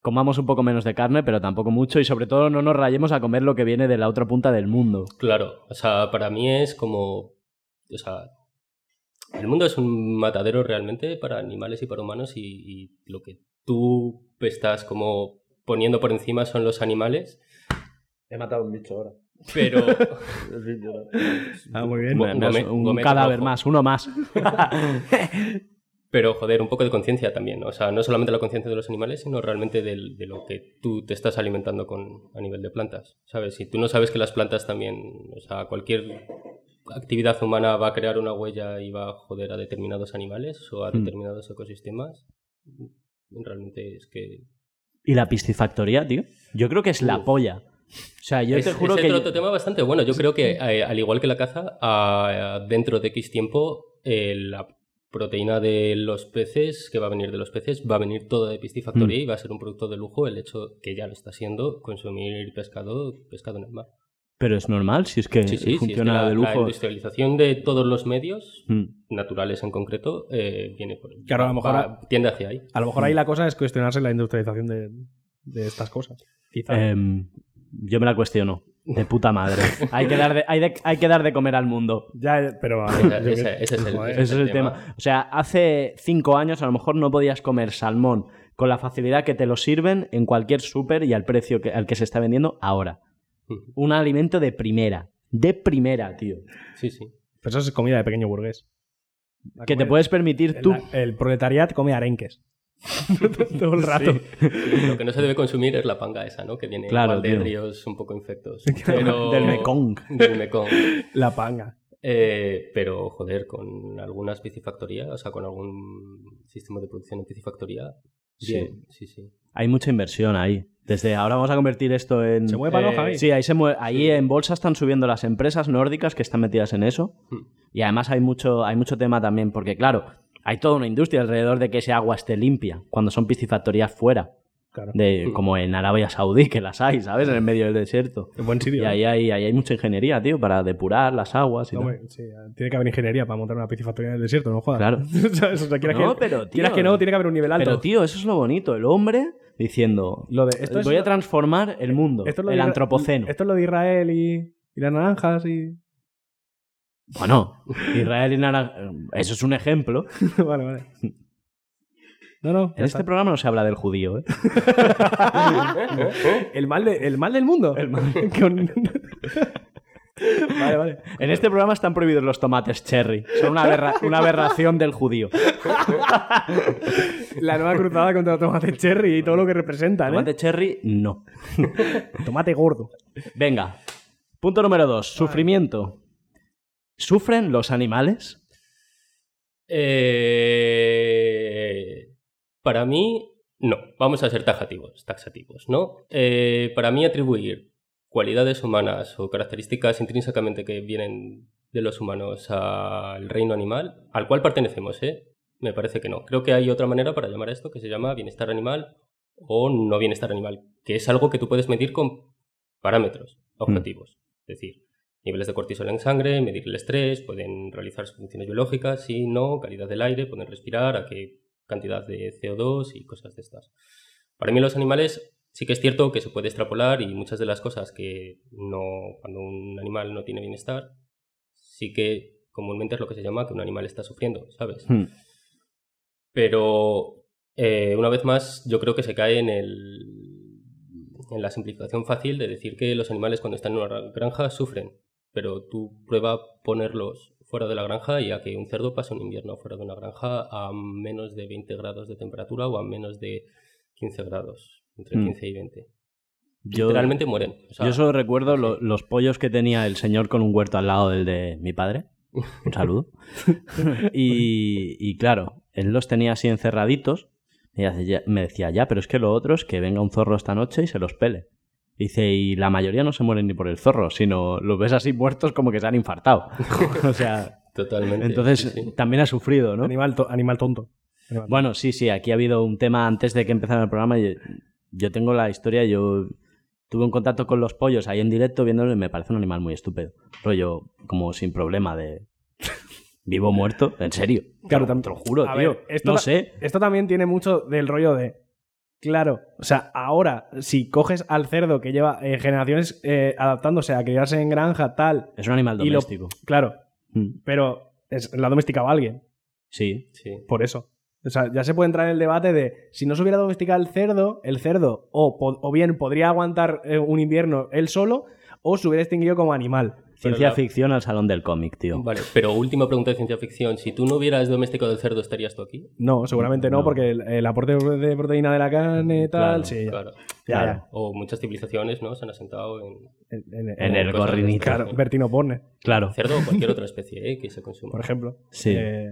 S3: comamos un poco menos de carne, pero tampoco mucho, y sobre todo no nos rayemos a comer lo que viene de la otra punta del mundo.
S4: Claro, o sea, para mí es como. O sea. El mundo es un matadero realmente para animales y para humanos, y, y lo que tú estás como poniendo por encima son los animales,
S6: He matado un bicho ahora.
S4: pero.
S5: Ah, muy bien.
S4: Bueno.
S3: Me- me has-
S4: Gomet-
S3: un
S4: Gomet
S3: cadáver
S4: rojo.
S3: más, uno más.
S4: Pero, joder, un poco de conciencia también, ¿no? O sea, no solamente la conciencia de los animales, sino realmente del- de, lo que tú te estás alimentando con, a nivel de plantas, ¿sabes? Si tú no sabes que las plantas también, o sea, cualquier actividad humana va a crear una huella y va a joder a determinados animales o a
S3: Mm.
S4: determinados ecosistemas, realmente es que
S3: Y la piscifactoría, tío. Yo creo que es la polla. O sea, yo
S4: es,
S3: te juro
S4: es
S3: que.
S4: otro tema bastante bueno. Yo creo que, eh, al igual que la caza, a- dentro de X tiempo, eh, la proteína de los peces, que va a venir de los peces, va a venir toda de piscifactoría
S3: Mm.
S4: y va a ser un producto de lujo el hecho que ya lo está siendo consumir pescado, pescado en el mar.
S3: Pero es normal, si es que
S4: Sí, sí, sí, es que
S3: Eh, funciona
S4: la-
S3: de
S4: La
S3: lujo.
S4: industrialización de todos los medios,
S3: Mm.
S4: naturales en concreto, eh, viene por
S5: Claro, a lo mejor
S4: va-
S5: a-
S4: tiende hacia ahí.
S5: A lo mejor ahí la cosa es cuestionarse la industrialización de, de estas cosas. Quizá.
S3: Em, yo me la cuestiono. De puta madre. hay, que dar de, hay, de- hay que dar de comer al mundo.
S5: ya, eh, pero.
S4: Esa-
S5: yo
S4: esa-
S5: que-
S4: ese es el-
S5: Joder.
S4: ese
S3: Ese es el tema. O sea, hace cinco años a lo mejor no podías comer salmón con la facilidad que te lo sirven en cualquier súper y al precio que- al que se está vendiendo ahora.
S4: Hmm.
S3: Un alimento de primera. De primera, tío.
S4: Sí, sí.
S5: Pero eso es comida de pequeño burgués. La
S3: Que te
S5: comida-
S3: puedes permitir
S5: el-
S3: tú.
S5: El proletariat come arenques. Todo el rato.
S4: Lo que no se debe consumir es la panga esa, ¿no? Que viene
S3: Claro,
S4: igual de
S3: tío.
S4: ríos un poco infectos.
S3: Claro,
S4: Pero-
S3: del Mekong.
S4: Del Mekong.
S5: La panga.
S4: Eh, pero, joder, con algunas piscifactorías, o sea, con algún sistema de producción en piscifactoría,
S3: Sí.
S4: bien, sí, sí.
S3: Hay mucha inversión ahí. Desde ahora vamos a convertir esto en.
S5: Se mueve para
S4: Eh,
S5: Javi.
S3: Sí, ahí, se mue- ahí en bolsa están subiendo las empresas nórdicas que están metidas en eso.
S4: Hmm.
S3: Y además hay mucho, hay mucho tema también, porque claro, hay toda una industria alrededor de que ese agua esté limpia, cuando son piscifactorías fuera,
S5: Claro.
S3: de,
S4: Hmm.
S3: como en Arabia Saudí, que las hay, ¿sabes? En el medio del desierto.
S5: En buen sitio.
S3: Y ahí hay, ahí hay mucha ingeniería, tío, para depurar las aguas y
S5: No,
S3: tal.
S5: hombre, sí, eh, tiene que haber ingeniería para montar una piscifactoría en el desierto, no jodas.
S3: Claro.
S5: ¿Sabes? O sea, quieras
S3: No,
S5: que,
S3: pero, tío.
S5: quieras que no, tiene que haber un nivel alto.
S3: Pero tío, eso es lo bonito, el hombre diciendo,
S5: Lo de- esto es-
S3: voy a transformar el mundo,
S5: Esto es lo
S3: el
S5: de Isra-
S3: antropoceno.
S5: Esto es lo de Israel y, y las naranjas y.
S3: Bueno, Israel y Nara... Eso es un ejemplo.
S5: vale, vale. No, no. ya
S3: En este
S5: está.
S3: programa no se habla del judío, ¿eh?
S5: el, mal de- el mal del mundo. El mal. vale, vale.
S3: En este programa están prohibidos los tomates cherry. Son una, aberra- una aberración del judío.
S5: La nueva cruzada contra el tomate cherry y todo lo que representan, ¿eh?
S3: Tomate cherry, no.
S5: Tomate gordo.
S3: Venga. Punto número dos. Sufrimiento. ¿Sufren los animales?
S4: Eh, para mí, no. Vamos a ser taxativos, taxativos, ¿no? Eh, para mí, atribuir cualidades humanas o características intrínsecamente que vienen de los humanos al reino animal, al cual pertenecemos, ¿eh? Me parece que no. Creo que hay otra manera para llamar a esto que se llama bienestar animal o no bienestar animal, que es algo que tú puedes medir con parámetros objetivos. Es decir, niveles de cortisol en sangre, medir el estrés, pueden realizar sus funciones biológicas, sí, no, calidad del aire, pueden respirar, a qué cantidad de CO2 y cosas de estas. Para mí los animales sí que es cierto que se puede extrapolar y muchas de las cosas que no cuando un animal no tiene bienestar, sí que comúnmente es lo que se llama que un animal está sufriendo, ¿sabes?
S3: Hmm.
S4: Pero eh, una vez más, yo creo que se cae en el en la simplificación fácil de decir que los animales cuando están en una granja sufren, pero tú prueba ponerlos fuera de la granja y a que un cerdo pase un invierno fuera de una granja a menos de 20 grados de temperatura o a menos de 15 grados, entre
S3: Mm.
S4: 15 y 20.
S3: Yo,
S4: Literalmente mueren. o sea,
S3: yo solo recuerdo lo- los pollos que tenía el señor con un huerto al lado del de mi padre. Un saludo. y, y claro, él los tenía así encerraditos. Y hace ya- me decía, ya, pero es que lo otro es que venga un zorro esta noche y se los pele. Dice, y la mayoría no se mueren ni por el zorro, sino los ves así muertos como que se han infartado. o sea,
S4: Totalmente.
S3: entonces
S4: sí, sí.
S3: también ha sufrido, ¿no?
S5: Animal, to- animal tonto. Animal-
S3: Bueno, sí, sí, aquí ha habido un tema antes de que empezara el programa. y Yo, tengo la historia, yo tuve un contacto con los pollos ahí en directo viéndolo y me parece un animal muy estúpido. Rollo, como sin problema de. Vivo o muerto, en serio.
S5: Claro,
S3: te, lo-
S5: tam-
S3: te lo juro,
S5: a
S3: tío.
S5: ver, esto
S3: no
S5: ta-
S3: sé.
S5: Esto también tiene mucho del rollo de. Claro, o sea, ahora, si coges al cerdo que lleva eh, generaciones eh, adaptándose a criarse en granja, tal.
S3: Es un animal
S5: y lo-
S3: doméstico.
S5: Claro,
S3: Mm,
S5: pero es, la ha domesticado alguien,
S3: Sí.
S4: Sí.
S5: por eso. O sea, ya se puede entrar en el debate de si no se hubiera domesticado el cerdo, el cerdo o, po- o bien podría aguantar eh, un invierno él solo, o se hubiera extinguido como animal.
S3: Ciencia
S4: la-
S3: ficción al salón del cómic, tío.
S4: Vale, pero última pregunta de ciencia ficción. Si tú no hubieras domesticado el cerdo, ¿estarías tú aquí?
S5: No, seguramente no,
S3: No.
S5: porque el, el aporte de proteína de la carne,
S3: Claro,
S5: tal, sí. ya.
S4: Claro.
S5: Ya,
S3: Claro.
S5: ya.
S4: O muchas civilizaciones, ¿no? Se han asentado en
S5: En, en-
S3: En
S5: en-
S3: el
S4: cosas de
S3: gorrinito.
S4: estas,
S5: Claro,
S4: ¿no?
S5: Bertino Borne,
S3: Claro.
S4: cerdo o cualquier otra especie ¿eh? que se consuma.
S5: por ejemplo.
S3: Sí.
S5: Eh,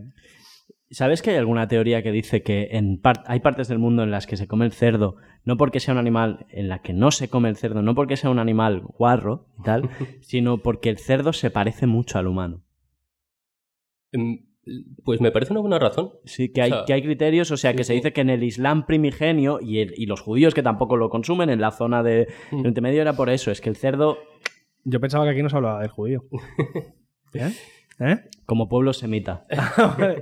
S3: ¿Sabes que hay alguna teoría que dice que en par- hay partes del mundo en las que se come el cerdo, no porque sea un animal, en la que no se come el cerdo, no porque sea un animal guarro y tal, sino porque el cerdo se parece mucho al humano?
S4: Em, Pues me parece una buena razón.
S3: Sí, que hay,
S4: O sea,
S3: que hay criterios, o sea,
S4: sí,
S3: que se
S4: sí.
S3: dice que en el Islam primigenio y, el- y los judíos que tampoco lo consumen en la zona de,
S4: Mm.
S3: del Medio era por eso, es que el cerdo
S5: Yo pensaba que aquí nos hablaba del judío. ¿Eh? ¿Eh?
S3: como pueblo semita.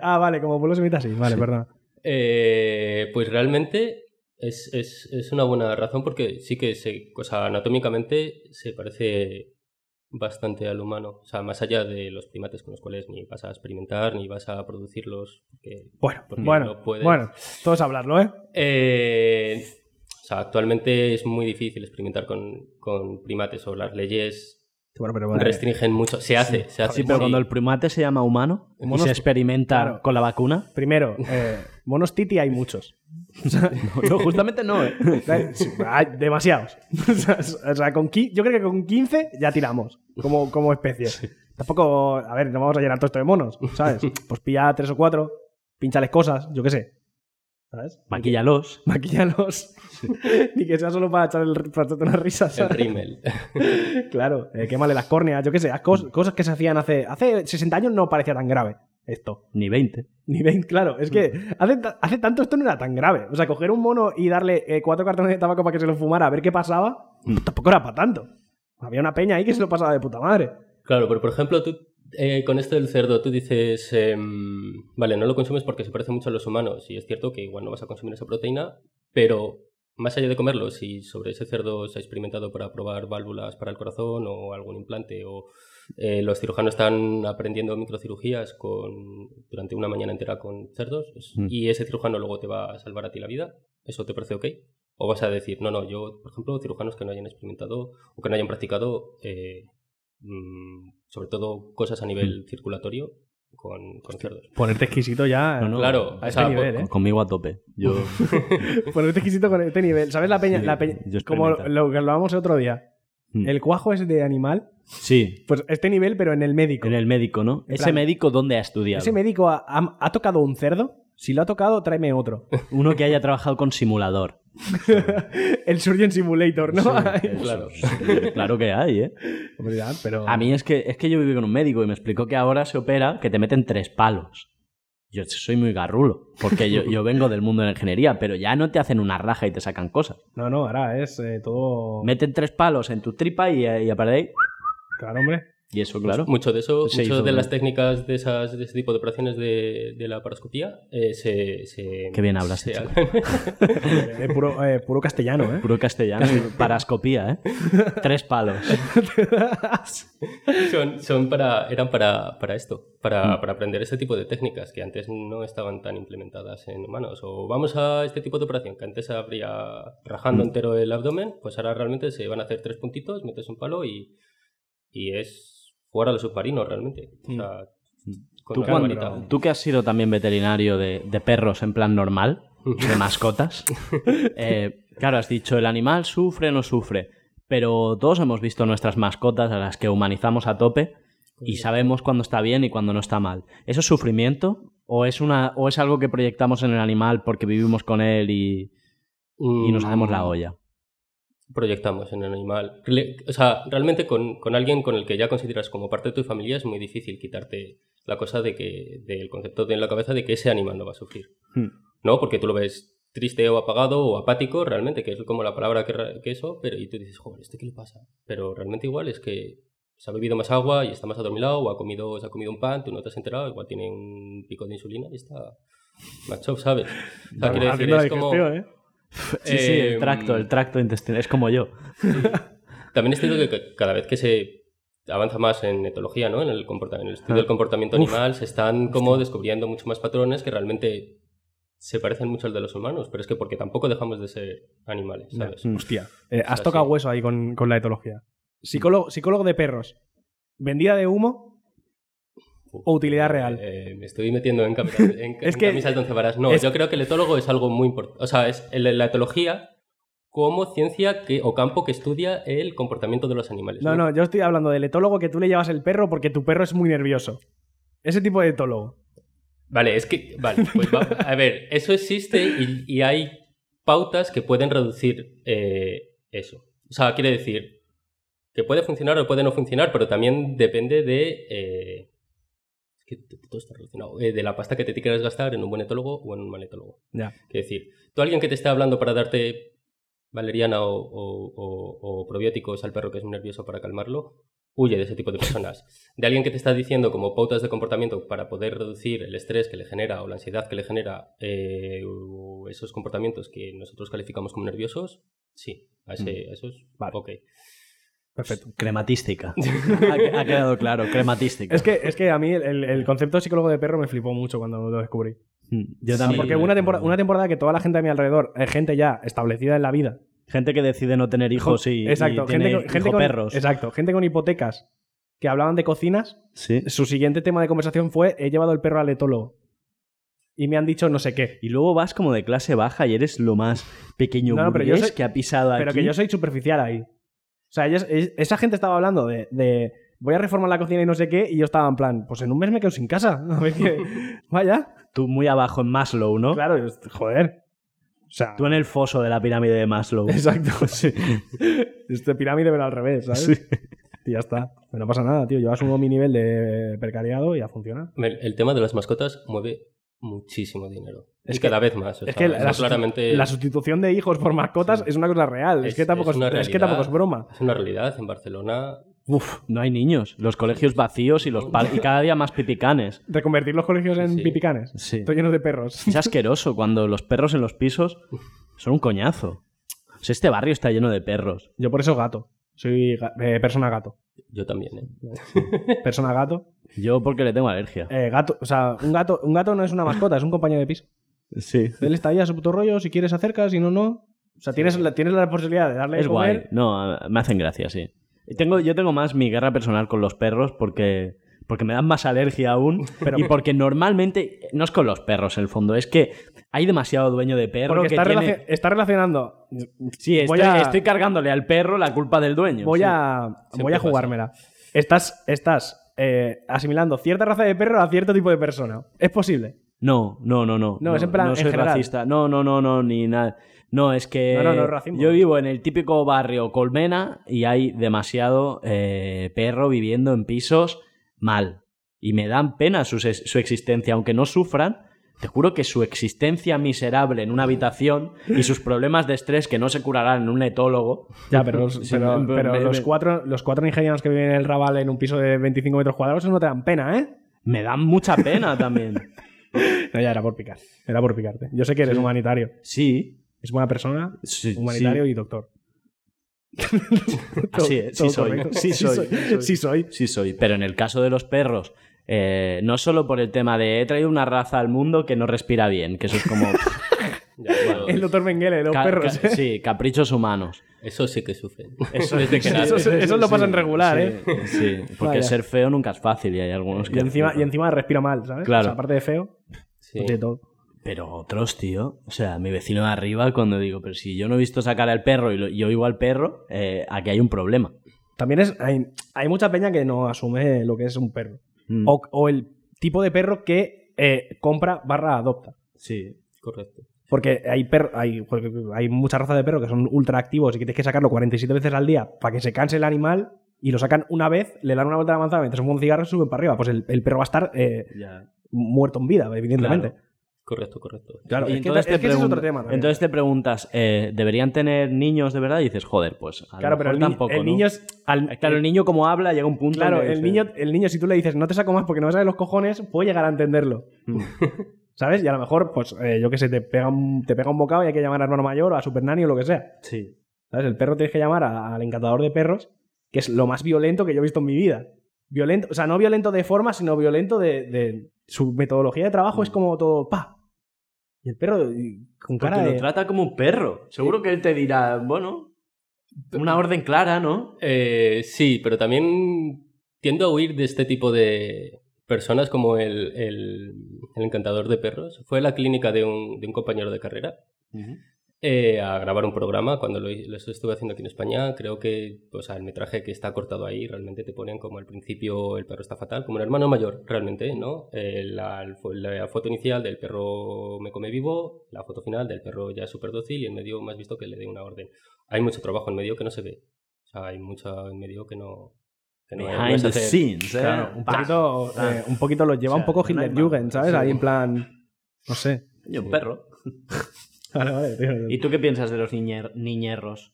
S5: ah, vale, como pueblo semita sí. Vale, perdón.
S4: Eh, pues realmente es, es- es una buena razón porque sí que se, o sea, anatómicamente se parece bastante al humano. O sea, más allá de los primates con los cuales ni vas a experimentar ni vas a producirlos. porque-
S5: Bueno,
S4: porque
S5: bueno,
S4: no puedes.
S5: bueno, todos a hablarlo, ¿eh?
S4: Eh, o sea, actualmente es muy difícil experimentar con, con primates o las leyes
S5: Bueno, pero vale.
S4: restringen mucho. Se hace, se hace.
S3: Sí, pero cuando el primate se llama humano y
S4: Monos-
S3: se experimenta
S5: claro.
S3: con la vacuna.
S5: Primero, eh, monos titi hay muchos.
S3: No, justamente no, ¿eh?
S5: Sí, Hay demasiados. O sea, o sea, con qui- yo creo que con 15 ya tiramos como, como especie. Tampoco, a ver, no vamos a llenar todo esto de monos, ¿sabes? Pues pilla tres o cuatro, pinchales cosas, yo qué sé. ¿Sabes?
S3: Maquíllalos.
S5: Maquillalos. Ni que sea solo para echar el, para echarte una risa,
S4: el
S5: ¿sabes?
S4: rímel.
S5: Claro, eh, quémale las córneas, yo qué sé, haz cos- cosas que se hacían hace, hace 60 años no parecía tan grave esto.
S3: Ni 20.
S5: Ni ven, claro, es que hace, ta- hace tanto esto no era tan grave. O sea, coger un mono y darle eh, cuatro cartones de tabaco para que se lo fumara a ver qué pasaba,
S3: Mm.
S5: tampoco era para tanto. Había una peña ahí que se lo pasaba de puta madre.
S4: Claro, pero por ejemplo, tú eh, con esto del cerdo, tú dices, em, vale, no lo consumes porque se parece mucho a los humanos, y es cierto que igual no vas a consumir esa proteína, pero más allá de comerlo, si sobre ese cerdo se ha experimentado para probar válvulas para el corazón o algún implante, o eh, los cirujanos están aprendiendo microcirugías con, durante una mañana entera con cerdos, es-
S3: Mm.
S4: y ese cirujano luego te va a salvar a ti la vida, ¿eso te parece ok? ¿O vas a decir, no, no, yo, por ejemplo, cirujanos que no hayan experimentado o que no hayan practicado eh, mm, sobre todo cosas a
S3: Mm.
S4: nivel circulatorio con, con cerdos.
S5: Ponerte exquisito ya.
S3: Ah, No, no,
S4: claro,
S3: a
S4: o
S3: ese
S4: sea,
S5: nivel,
S4: por-
S5: ¿eh?
S3: Conmigo a tope. Yo,
S5: Ponerte exquisito con este nivel. ¿Sabes la peña?
S3: Sí,
S5: la peña-
S3: yo experimento.
S5: como lo que hablábamos el otro día.
S3: Mm.
S5: El cuajo es de animal.
S3: sí,
S5: Pues este nivel, pero en el médico.
S3: en el médico, ¿no?
S5: En
S3: Ese
S5: plan-
S3: médico, ¿dónde ha estudiado?
S5: Ese médico ha, ha- ha tocado un cerdo. Si lo ha tocado, tráeme otro.
S3: Uno que haya trabajado con simulador.
S5: el Surgeon Simulator, ¿no? pues,
S4: claro.
S3: Claro que hay, ¿eh?
S5: Hombre, ya, pero...
S3: A mí es que, es que yo viví con un médico y me explicó que ahora se opera que te meten tres palos. Yo soy muy garrulo, porque yo, yo vengo del mundo de la ingeniería, pero ya no te hacen una raja y te sacan cosas.
S5: No, no, ahora es eh, todo...
S3: Meten tres palos en tu tripa y, y a partir de ahí-
S5: Claro, hombre.
S3: Y eso, claro.
S5: Pues
S4: Mucho de eso,
S3: Se
S4: mucho
S3: hizo,
S4: de
S3: ¿no?
S4: las técnicas de esas de ese tipo de operaciones de, de la paroscopía eh, se, se-
S3: Qué bien hablas,
S4: se-
S3: chico.
S5: Eh, puro, eh, puro castellano, ¿eh?
S3: Puro castellano, parascopía, ¿eh? Tres palos.
S4: son, son para eran para, para esto,
S3: Mm.
S4: para, para aprender este tipo de técnicas que antes no estaban tan implementadas en humanos. O vamos a este tipo de operación que antes habría
S3: Mm.
S4: rajando entero el abdomen, pues ahora realmente se van a hacer tres puntitos, metes un palo y, y es jugar a los submarinos realmente. O sea,
S3: Mm.
S4: con
S3: ¿Tú,
S4: una
S3: Juan,
S4: varita.
S3: tú que has sido también veterinario de, de perros en plan normal, de mascotas, eh, claro, has dicho, el animal sufre o no sufre, pero todos hemos visto nuestras mascotas a las que humanizamos a tope y sabemos cuándo está bien y cuándo no está mal. ¿Eso es sufrimiento o es, una, o es algo que proyectamos en el animal porque vivimos con él y, y nos hacemos la
S4: Mm,
S3: olla?
S4: proyectamos en el animal. Le- O sea, realmente con, con alguien con el que ya consideras como parte de tu familia es muy difícil quitarte la cosa de que del concepto de en la cabeza de que ese animal no va a sufrir.
S3: Hmm.
S4: ¿No? Porque tú lo ves triste o apagado o apático realmente, que es como la palabra que, ra- que eso, pero y tú dices, joder, ¿este qué le pasa? Pero realmente igual es que se ha bebido más agua y está más adormilado o ha comido, se ha comido un pan, tú no te has enterado, igual tiene un pico de insulina y está macho, ¿sabes? O sea, quiero decir,
S5: Haciendo Ah, la
S4: es como...
S5: digestión, ¿eh?
S3: Sí, sí, Eh, el
S4: em,
S3: tracto,
S5: mm.
S3: el tracto intestinal, es como yo.
S4: También es cierto que ca- cada vez que se avanza más en etología, ¿no? En el, comporta- en el estudio
S3: Ah.
S4: del comportamiento
S3: Uf.
S4: animal, se están como descubriendo mucho más patrones que realmente se parecen mucho al de los humanos, pero es que porque tampoco dejamos de ser animales, ¿sabes?
S3: Mm.
S5: Hostia. Eh,
S4: O
S5: has
S4: sea,
S5: tocado
S4: sí.
S5: hueso ahí con, con la etología. Psicólogo, psicólogo de perros. ¿Vendida de humo o utilidad real?
S4: Eh, me estoy metiendo en, camisas, en,
S5: Es
S4: en
S5: que-
S4: camisas de once varas. No,
S5: es-
S4: yo creo que el etólogo es algo muy importante. O sea, es el- la etología como ciencia que, o campo que estudia el comportamiento de los animales.
S5: No,
S4: ¿no?
S5: no, yo estoy hablando del etólogo que tú le llevas el perro porque tu perro es muy nervioso. Ese tipo de etólogo.
S4: Vale, es que. Vale, pues va- a ver, eso existe y, y hay pautas que pueden reducir eh, eso. O sea, quiere decir que puede funcionar o puede no funcionar, pero también depende de. eh, es que t- todo está relacionado. eh, de la pasta que te quieras gastar en un buen etólogo o en un mal etólogo.
S5: Ya.
S4: Quiero decir, tú alguien que te está hablando para darte valeriana o, o- o- o probióticos al perro que es muy nervioso para calmarlo, huye de ese tipo de personas. De alguien que te está diciendo como pautas de comportamiento para poder reducir el estrés que le genera o la ansiedad que le genera eh, o esos comportamientos que nosotros calificamos como nerviosos, sí, a, ese, a esos,
S5: Mm. Vale.
S4: ok.
S5: Perfecto.
S3: Crematística. ha, ha quedado claro, crematística.
S5: Es que, es que a mí el- el, el concepto de psicólogo de perro me flipó mucho cuando lo descubrí.
S3: Mm, Yo
S4: Sí,
S3: también.
S5: Porque una temporada, una temporada que toda la gente a mi alrededor, eh, gente ya establecida en la vida.
S3: Gente que decide no tener hijos y, y
S5: exacto,
S3: tiene
S5: gente, con- gente
S3: hijo
S5: con
S3: perros.
S5: Exacto, gente con hipotecas que hablaban de cocinas.
S3: Sí.
S5: Su siguiente tema de conversación fue he llevado el perro al etólogo. Y me han dicho no sé qué.
S3: Y luego vas como de clase baja y eres lo más pequeño
S5: No, no, pero yo
S3: burgués
S5: soy-
S3: que ha pisado
S5: Pero
S3: aquí.
S5: que yo soy superficial ahí. O sea, ellos- es- esa gente estaba hablando de, de, voy a reformar la cocina y no sé qué, y yo estaba en plan, pues en un mes me quedo sin casa. A ver qué- Vaya.
S3: Tú muy abajo en Maslow, ¿no?
S5: Claro, yo- joder. O sea,
S3: Tú en el foso de la pirámide de Maslow.
S5: Exacto, sí. Este pirámide, pero al revés, ¿sabes?
S3: Sí.
S5: Y ya está. Pero no pasa nada, tío. Yo asumo mi nivel de precariado y ya funciona.
S4: El, el tema de las mascotas mueve muchísimo dinero.
S5: Es
S4: y
S5: que-
S4: cada vez más. o
S5: Es
S4: sea,
S5: que
S4: eso
S5: la, sustitu-
S4: claramente
S5: la sustitución de hijos por mascotas
S4: Sí.
S5: es una cosa real. Es,
S4: Es-
S5: que, tampoco es,
S4: es una
S5: es que
S4: realidad.
S5: tampoco es broma.
S4: es una realidad. En Barcelona
S3: Uf, no hay niños. Los colegios vacíos y, los par- y cada día más pipicanes.
S5: Reconvertir los colegios en
S4: sí.
S5: pipicanes.
S3: Sí.
S5: Estoy lleno de perros.
S3: Es asqueroso cuando los perros en los pisos son un coñazo. O sea, este barrio está lleno de perros.
S5: Yo por eso gato. Soy ga- eh, persona gato.
S4: yo también. ¿eh?
S5: Persona gato.
S3: Yo porque le tengo alergia.
S5: Eh, gato. O sea, un gato, un gato no es una mascota, es un compañero de piso.
S3: Sí.
S5: Él está ahí a su puto rollo, si quieres acerca, si no, no. O sea, tienes, la, tienes la posibilidad de darle de
S3: Es
S5: comer.
S3: guay. No, a- me hacen gracia, sí. Y Tengo, yo tengo más mi guerra personal con los perros porque, porque me dan más alergia aún.
S5: Pero-
S3: y porque normalmente no es con los perros en el fondo, es que hay demasiado dueño de perro
S5: Porque
S3: que
S5: está,
S3: tiene...
S5: relacion- está relacionando.
S3: Sí, estoy,
S5: Voy a-
S3: estoy cargándole al perro la culpa del dueño.
S5: Voy
S3: sí.
S5: a, voy
S4: Siempre
S5: a
S4: pasa.
S5: jugármela. Estás, estás eh, asimilando cierta raza de perro a cierto tipo de persona. Es posible.
S3: No, no, no, no.
S5: No, es en plan,
S3: No
S5: en
S3: soy
S5: general.
S3: racista. No, no, no, no, ni nada. No, es que
S5: No, no, no es racismo.
S3: yo vivo en el típico barrio Colmena y hay demasiado eh, perro viviendo en pisos mal. Y me dan pena su, su existencia, aunque no sufran. Te juro que su existencia miserable en una habitación y sus problemas de estrés que no se curarán en un etólogo.
S5: Ya, pero, los,
S3: Sí,
S5: pero,
S3: me- me-
S5: pero
S3: me-
S5: los, cuatro, los cuatro nigerianos que viven en el Raval en un piso de 25 metros cuadrados, eso no te dan pena, ¿eh?
S3: Me dan mucha pena también.
S5: No, ya era por picar. Era por picarte. Yo sé que eres humanitario.
S3: Sí.
S5: Es buena persona,
S3: sí,
S5: humanitario y doctor.
S3: sí. Así es, sí
S5: Todo
S3: soy.
S5: correcto.
S3: Sí soy.
S5: Sí soy.
S3: Sí soy, pero en el caso de los perros, eh, no solo por el tema de he traído una raza al mundo que no respira bien, que eso es como...
S4: Ya, pero
S5: El doctor Mengele de los
S3: ca-
S5: perros. ¿eh?
S3: ca- sí, caprichos humanos.
S4: Eso sí que sufren. Eso desde que
S5: Eso,
S4: nacen.
S5: eso lo pasan regular, ¿eh?
S3: Sí, sí, porque
S5: Vaya.
S3: ser feo nunca es fácil y hay algunos que...
S5: Y encima, y encima respira mal, ¿sabes?
S3: Claro.
S5: O sea, aparte de feo,
S4: Sí.
S5: pues de todo.
S3: Pero otros, tío, o sea, mi vecino de arriba, cuando digo, pero si yo no he visto sacar al perro y, lo- y oigo al perro, eh, aquí hay un problema.
S5: También es, hay, hay mucha peña que no asume lo que es un perro.
S3: Mm,
S5: O, o el tipo de perro que eh, compra barra adopta.
S3: sí.
S4: Correcto.
S5: Porque hay, per- hay, hay mucha raza de perro que son ultra activos y que tienes que sacarlo 47 veces al día para que se canse el animal y lo sacan una vez, le dan una vuelta a la manzana mientras fuman un cigarro y suben para arriba. Pues el, el perro va a estar eh, muerto en vida, evidentemente.
S4: Correcto, correcto.
S5: Claro,
S3: Y
S5: es que-
S3: entonces
S5: es
S3: te
S5: que ese es
S3: pregun-
S5: otro tema también.
S3: Entonces te preguntas, eh, ¿deberían tener niños de verdad? Y dices, joder, pues a lo
S5: Claro, pero
S3: mejor
S5: el, ni-
S3: tampoco,
S5: el
S3: ¿no?
S5: niño es... al-
S3: Eh, Claro, el niño como habla llega un punto.
S5: Claro,
S3: en que
S5: el
S3: dice-
S5: niño, el niño, si tú le dices no te saco más porque no me salen los cojones, puede llegar a entenderlo.
S3: Mm.
S5: ¿Sabes? Y a lo mejor, pues, eh, yo qué sé, te pega, un, te pega un bocado y hay que llamar a hermano mayor o a Super Nanny o lo que sea.
S3: Sí.
S5: ¿Sabes? El perro tienes que llamar a- al encantador de perros, que es lo más violento que yo he visto en mi vida. Violento, o sea, no violento de forma, sino violento de. de- su metodología de trabajo es como todo. ¡Pa! Y el perro y- con
S3: Mm. Porque
S5: cara
S3: lo
S5: de.
S3: trata como un perro. Seguro que él te dirá, bueno, una orden clara, ¿no?
S4: Eh, sí, pero también tiendo a huir de este tipo de personas como el, el- el encantador de perros. Fue a la clínica de un, de un compañero de carrera eh, a grabar un programa. Cuando lo, lo estuve haciendo aquí en España, creo que o sea, el metraje que está cortado ahí realmente te ponen como al principio el perro está fatal, como un hermano mayor, realmente, ¿no? Eh, la, la foto inicial del perro me come vivo, la foto final del perro ya súper dócil y en medio más visto que le dé una orden. Hay mucho trabajo en medio que no se ve. O sea, hay mucho en medio que no. Que no no
S3: Behind
S4: es
S3: the
S4: hacer-
S3: scenes, ¿eh?
S5: Claro, un
S3: Pa,
S5: poquito,
S3: pa.
S5: eh, un poquito los lleva
S3: O sea,
S5: un poco
S3: no hay
S5: Hitler Jugend,
S3: más.
S5: ¿sabes?
S3: Sí.
S5: Ahí en plan. No sé.
S3: Coño, un perro.
S5: Vale, vale, tío.
S3: ¿Y tú qué piensas de los niñer- niñerros?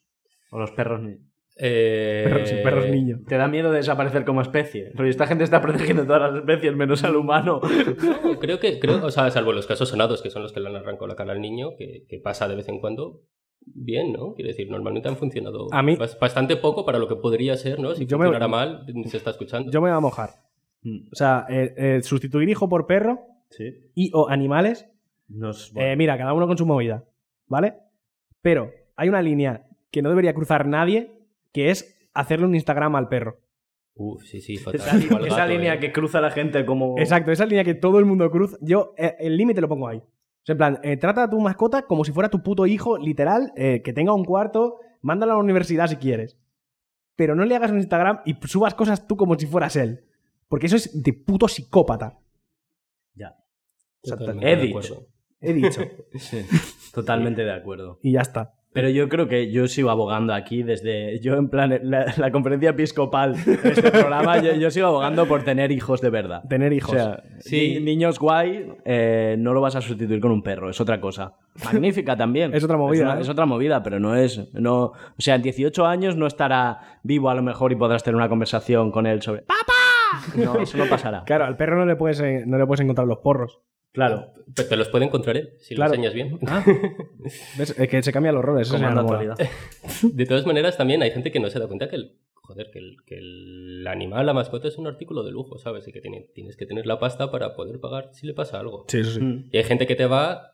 S3: O los perros ni-
S4: Eh,
S5: Perros, perros niño.
S3: ¿Te da miedo desaparecer como especie? Pero esta gente está protegiendo todas las especies menos al humano.
S4: No, creo que, creo, o sea, salvo los casos sonados, que son los que le han arrancado la cara al niño, que, que pasa de vez en cuando, bien, ¿no? Quiero decir, normalmente han funcionado
S5: A mí-
S4: bas- bastante poco para lo que podría ser, ¿no? Si
S5: Yo me-
S4: funcionara mal, se está escuchando.
S5: Yo me voy a mojar.
S3: Mm,
S5: O sea, eh, eh, sustituir hijo por perro
S3: sí.
S5: y o animales
S3: Nos,
S5: Eh, mira, cada uno con su movida, ¿vale? Pero hay una línea que no debería cruzar nadie, que es hacerle un Instagram al perro.
S4: Uf, sí, sí, fatal.
S3: esa
S4: Igual
S3: esa
S4: gato,
S3: línea
S4: ¿eh?
S3: que cruza la gente como.
S5: Exacto, esa línea que todo el mundo cruza. Yo eh, el límite lo pongo ahí. O sea, en plan, eh, trata a tu mascota como si fuera tu puto hijo, literal, eh, que tenga un cuarto, mándalo a la universidad si quieres. Pero no le hagas un Instagram y subas cosas tú como si fueras él. Porque eso es de puto psicópata.
S3: Ya.
S4: Totalmente
S5: Exacto.
S3: He
S4: de
S3: dicho.
S4: acuerdo.
S5: He dicho.
S3: Sí, totalmente de acuerdo.
S5: y ya está.
S3: Pero yo creo que yo sigo abogando aquí desde. Yo, en plan, la, la conferencia episcopal de este programa, yo, yo sigo abogando por tener hijos de verdad.
S5: Tener hijos.
S3: O sea,
S4: Sí.
S3: ni- niños guay, eh, no lo vas a sustituir con un perro, es otra cosa. Magnífica también.
S5: Es otra movida,
S3: una- Es,
S5: ¿eh?
S3: otra movida, pero no es. No, o sea, en 18 años no estará vivo a lo mejor y podrás tener una conversación con él sobre. ¡Papá! No, eso no pasará.
S5: claro, al perro no le puedes, eh, no le puedes encontrar los porros.
S3: Claro,
S4: Pero te los puede encontrar él, si
S5: Claro. Ah.
S4: lo enseñas bien.
S5: ¿Ves? Es que se cambian los roles. eso
S3: como
S5: sí
S3: en
S5: me
S3: la
S5: mola.
S3: actualidad.
S4: De todas maneras, también hay gente que no se da cuenta que el, joder, que el, que el animal, la mascota, es un artículo de lujo, ¿sabes? Y que tiene- tienes que tener la pasta para poder pagar si le pasa algo.
S5: Sí, eso sí.
S3: Mm.
S4: Y hay gente que te va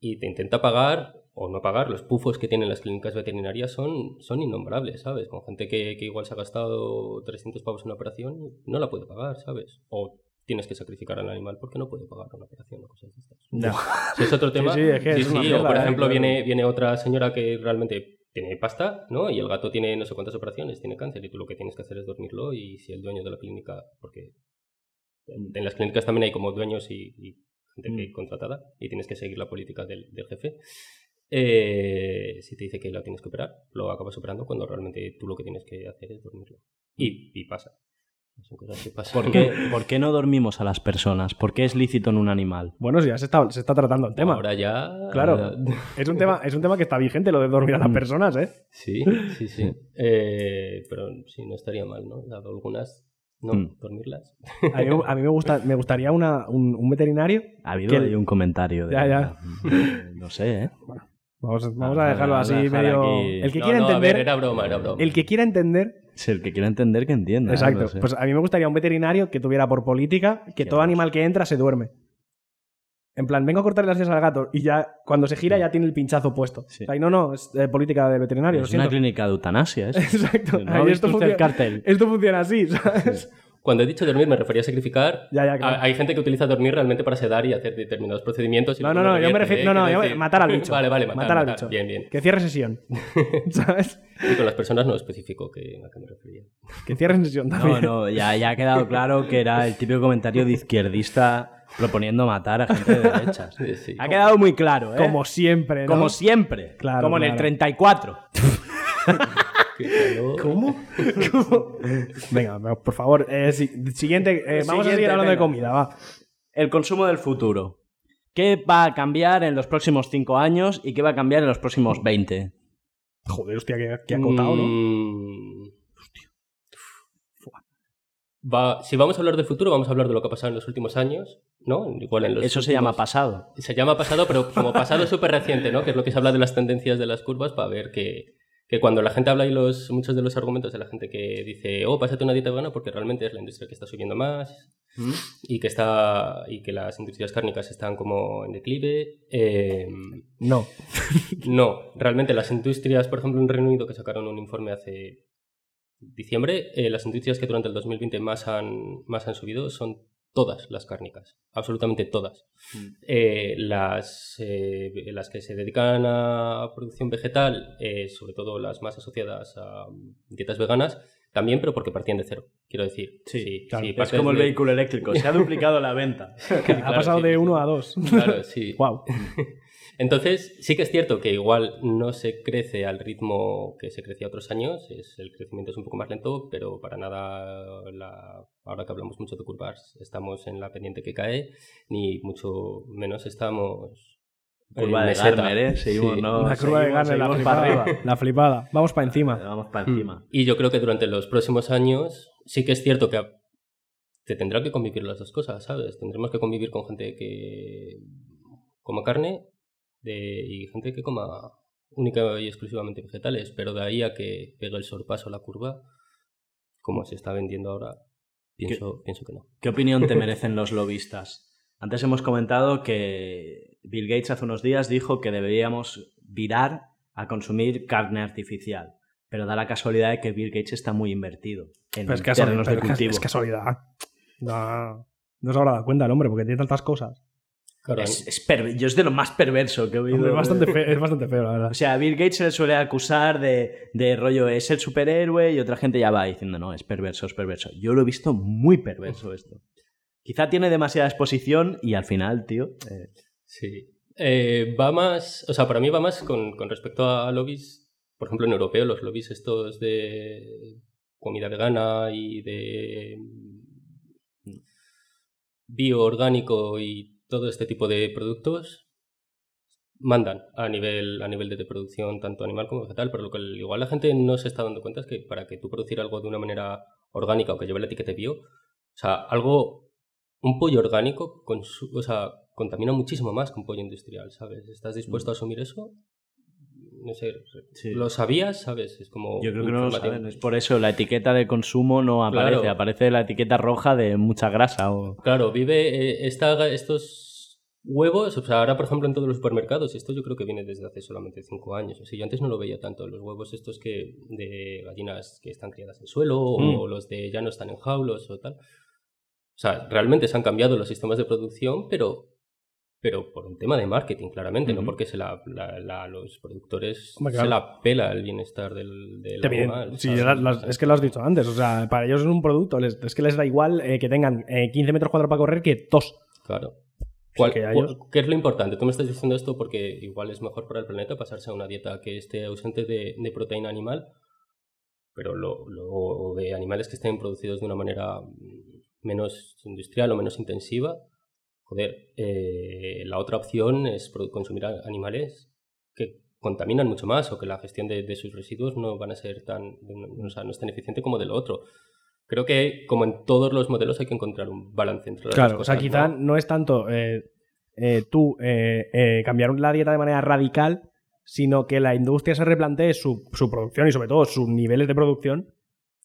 S4: y te intenta pagar o no pagar. Los pufos que tienen las clínicas veterinarias son, son innombrables, ¿sabes? Con gente que, que igual se ha gastado 300 pavos en una operación y no la puede pagar, ¿sabes? O tienes que sacrificar al animal porque no puede pagar una operación o cosas de estas. Ese es otro tema.
S5: sí, es que es una
S4: o por
S5: mierda,
S4: ejemplo,
S5: eh, claro.
S4: viene, viene otra señora que realmente tiene pasta, ¿no? Y el gato tiene no sé cuántas operaciones, tiene cáncer, y tú lo que tienes que hacer es dormirlo y si el dueño de la clínica, porque en en las clínicas también hay como dueños y, y gente
S5: Mm.
S4: que- contratada y tienes que seguir la política del, del jefe. eh, si te dice que lo tienes que operar, lo acabas operando cuando realmente tú lo que tienes que hacer es dormirlo. Y,
S5: Mm.
S4: y pasa. Son cosas que pasan.
S3: ¿Por qué, por qué no dormimos a las personas? ¿Por qué es lícito en un animal?
S5: Bueno, sí, ya se está, se está tratando el tema.
S4: Ahora ya.
S5: Claro. Es un, tema, es un tema que está vigente, lo de dormir
S3: Mm.
S5: a las personas, ¿eh?
S4: Sí, sí, sí. Eh, pero sí, no estaría mal, ¿no? Dado algunas, no,
S3: Mm.
S4: dormirlas.
S5: A mí, a mí me, gusta, me gustaría una- un, un veterinario.
S3: Ha habido
S5: Que-
S3: ahí un comentario de.
S5: Ya, ya.
S3: No sé, ¿eh?
S5: Vamos, a- vamos a
S3: Vamos a
S5: dejarlo así
S3: dejar
S5: medio.
S3: Ah, aquí-
S5: El que
S4: no,
S5: quiera
S4: no, a
S5: entender.
S4: ver, era broma, era broma.
S5: El que quiera entender.
S3: Si el que quiera entender, que entienda. ¿eh?
S5: exacto.
S3: Ah, No sé.
S5: Pues a mí me gustaría un veterinario que tuviera por política que
S3: Qué
S5: todo
S3: bueno.
S5: animal que entra se duerme. En plan, vengo a cortar las alas al gato y ya cuando se gira ya tiene el pinchazo puesto.
S3: Sí.
S5: O sea, y no, no, es eh, política de veterinario,
S3: es
S5: lo
S3: una
S5: siento.
S3: clínica de eutanasia, ¿eh?
S5: Exacto.
S3: ¿No
S5: Ahí
S3: ha visto
S5: esto,
S3: usted el
S5: funciona,
S3: cartel?
S5: esto funciona así, ¿sabes?
S4: Cuando he dicho dormir me refería a sacrificar.
S5: Ya, ya, claro.
S4: Ha- Hay gente que utiliza dormir realmente para sedar y hacer determinados procedimientos. y
S5: No,
S4: luego
S5: no, no,
S4: lo
S5: yo me
S4: revierte,
S5: refiero.
S4: ¿eh?
S5: No, no,
S4: Quiero
S5: yo me-
S4: decir-
S5: matar al bicho.
S4: Vale, vale, matar,
S5: al
S4: matar.
S5: bicho.
S4: Bien, bien.
S5: Que cierre sesión. ¿Sabes?
S4: Y con las personas no especifico que, a qué me refería.
S5: Que cierre sesión
S3: No,
S5: también.
S3: no, ya, ya ha quedado claro que era el típico comentario de izquierdista proponiendo matar a gente de derechas.
S4: Sí, sí.
S3: Ha quedado muy claro, ¿eh?
S5: Como siempre, ¿no?
S3: Como siempre.
S5: Claro,
S3: como en el
S5: claro.
S3: 34.
S4: ¿Cómo?
S5: Venga, no, por favor. eh, si- siguiente. eh, vamos a
S3: Siguiente,
S5: seguir hablando de
S3: venga.
S5: comida, va.
S3: El consumo del futuro. ¿Qué va a cambiar en los próximos 5 años y qué va a cambiar en los próximos 20?
S5: Joder, hostia, que, que acotado, ¿no?
S4: Mm. Va- si vamos a hablar del futuro, vamos a hablar de lo que ha pasado en los últimos años, ¿no? Igual en los
S3: Eso se llama
S4: últimos-
S3: pasado.
S4: Se llama pasado, pero como pasado súper reciente, ¿no? Que es lo que se habla de las tendencias de las curvas para ver que, que cuando la gente habla y los, muchos de los argumentos de la gente que dice, oh, pásate una dieta vegana porque realmente es la industria que está subiendo más
S3: ¿Mm?
S4: y que, está, y que las industrias cárnicas están como en declive. em,
S5: No.
S4: no, realmente las industrias, por ejemplo, en Reino Unido que sacaron un informe hace diciembre, eh, las industrias que durante el 2020 más han, más han subido son todas las cárnicas, absolutamente todas.
S3: Mm.
S4: Eh, las, eh, las que se dedican a producción vegetal, eh, sobre todo las más asociadas a um, dietas veganas, también, pero porque partían de cero, quiero decir.
S3: Sí,
S5: claro.
S4: sí,
S3: Es
S4: partes
S3: como el
S4: de-
S3: vehículo eléctrico, se ha duplicado la venta.
S5: ha
S4: claro,
S5: pasado
S4: sí.
S5: de uno a dos.
S4: Claro, sí.
S5: wow.
S4: Entonces, sí que es cierto que igual no se crece al ritmo que se crecía otros años, es, el crecimiento es un poco más lento, pero para nada, la- ahora que hablamos mucho de curvas, estamos en la pendiente que cae, ni mucho menos estamos... en
S3: Curva de
S4: meseta.
S3: Garner, ¿eh? Seguimos,
S4: Sí.
S3: ¿no?
S5: La curva de
S3: Seguimos,
S5: Garner, la
S3: seguimos para
S5: flipada.
S3: arriba.
S5: La flipada. Vamos para encima.
S3: Vamos
S4: Mm.
S3: para encima.
S4: Y yo creo que durante los próximos años sí que es cierto que te tendrá que convivir las dos cosas, ¿sabes? Tendremos que convivir con gente que coma carne de- y gente que coma única y exclusivamente vegetales, pero de ahí a que pegue el sorpaso a la curva, como se está vendiendo ahora, pienso, pienso que no.
S3: ¿Qué opinión te merecen los lobistas? Antes hemos comentado que Bill Gates hace unos días dijo que deberíamos virar a consumir carne artificial, pero da la casualidad de que Bill Gates está muy invertido en
S5: Pero es, casualidad,
S3: terrenos de
S5: pero es cas-
S3: cultivo.
S5: es casualidad. No, no se habrá dado cuenta el hombre porque tiene tantas cosas.
S4: Claro,
S3: Es- es perver- Yo es de lo más perverso que he oído.
S5: Hombre, es, bastante feo, es bastante feo, la verdad.
S3: O sea, a Bill Gates se le suele acusar de, de rollo es el superhéroe y otra gente ya va diciendo no, es perverso, es perverso. Yo lo he visto muy perverso esto. Quizá tiene demasiada exposición y al final, tío, eh,
S4: Sí. Eh, va más, o sea, para mí va más con, con respecto a lobbies, por ejemplo, en europeo, los lobbies estos de comida vegana y de mm, bioorgánico y todo este tipo de productos mandan a nivel, a nivel de producción tanto animal como vegetal, pero lo que igual la gente no se está dando cuenta es que para que tú producir algo de una manera orgánica o que lleve la etiqueta bio, o sea, algo, un pollo orgánico, consu- o sea, contamina muchísimo más que un pollo industrial, ¿sabes? ¿Estás dispuesto a
S3: Mm.
S4: asumir eso? No sé,
S3: Sí.
S4: ¿lo sabías? ¿Sabes? Es como...
S3: yo creo que no lo
S4: informativo.
S3: saben. Es por eso la etiqueta de consumo no
S4: Claro.
S3: aparece. Aparece la etiqueta roja de mucha grasa o...
S4: Claro, vive eh, esta- estos huevos, o sea, ahora por ejemplo en todos los supermercados, y esto yo creo que viene desde hace solamente cinco años, o sea, yo antes no lo veía tanto, los huevos estos que de gallinas que están criadas en suelo o
S5: Mm.
S4: los de ya no están en jaulos o tal. O sea, realmente se han cambiado los sistemas de producción, pero pero por un tema de marketing, claramente, no
S3: Ujú.
S4: porque se la, la- la- los productores
S5: Hombre,
S4: se
S5: claro.
S4: la pela el bienestar del, del
S5: También,
S4: animal,
S5: sí,
S4: ¿sabes?
S5: ya las- las- es que lo has dicho antes. O sea, para ellos es un producto. les- es que les da igual eh, que tengan eh, 15 metros cuadrados para correr que dos.
S4: Claro. ¿Cuál-
S5: que a
S4: cuál-
S5: ellos-
S4: ¿Qué es lo importante? Tú me estás diciendo esto porque igual es mejor para el planeta pasarse a una dieta que esté ausente de, de proteína animal, pero lo, lo de animales que estén producidos de una manera mm, menos industrial o menos intensiva. Joder, eh, la otra opción es produ- consumir a- animales que contaminan mucho más o que la gestión de, de sus residuos no van a ser tan, o sea, no es tan eficiente como del otro. Creo que como en todos los modelos hay que encontrar un balance entre las
S5: Claro,
S4: dos
S5: o sea,
S4: cosas,
S5: quizá
S4: ¿no?
S5: ¿no? es tanto eh, eh, tú eh, eh, cambiar la dieta de manera radical, sino que la industria se replantee su, su producción y sobre todo sus niveles de producción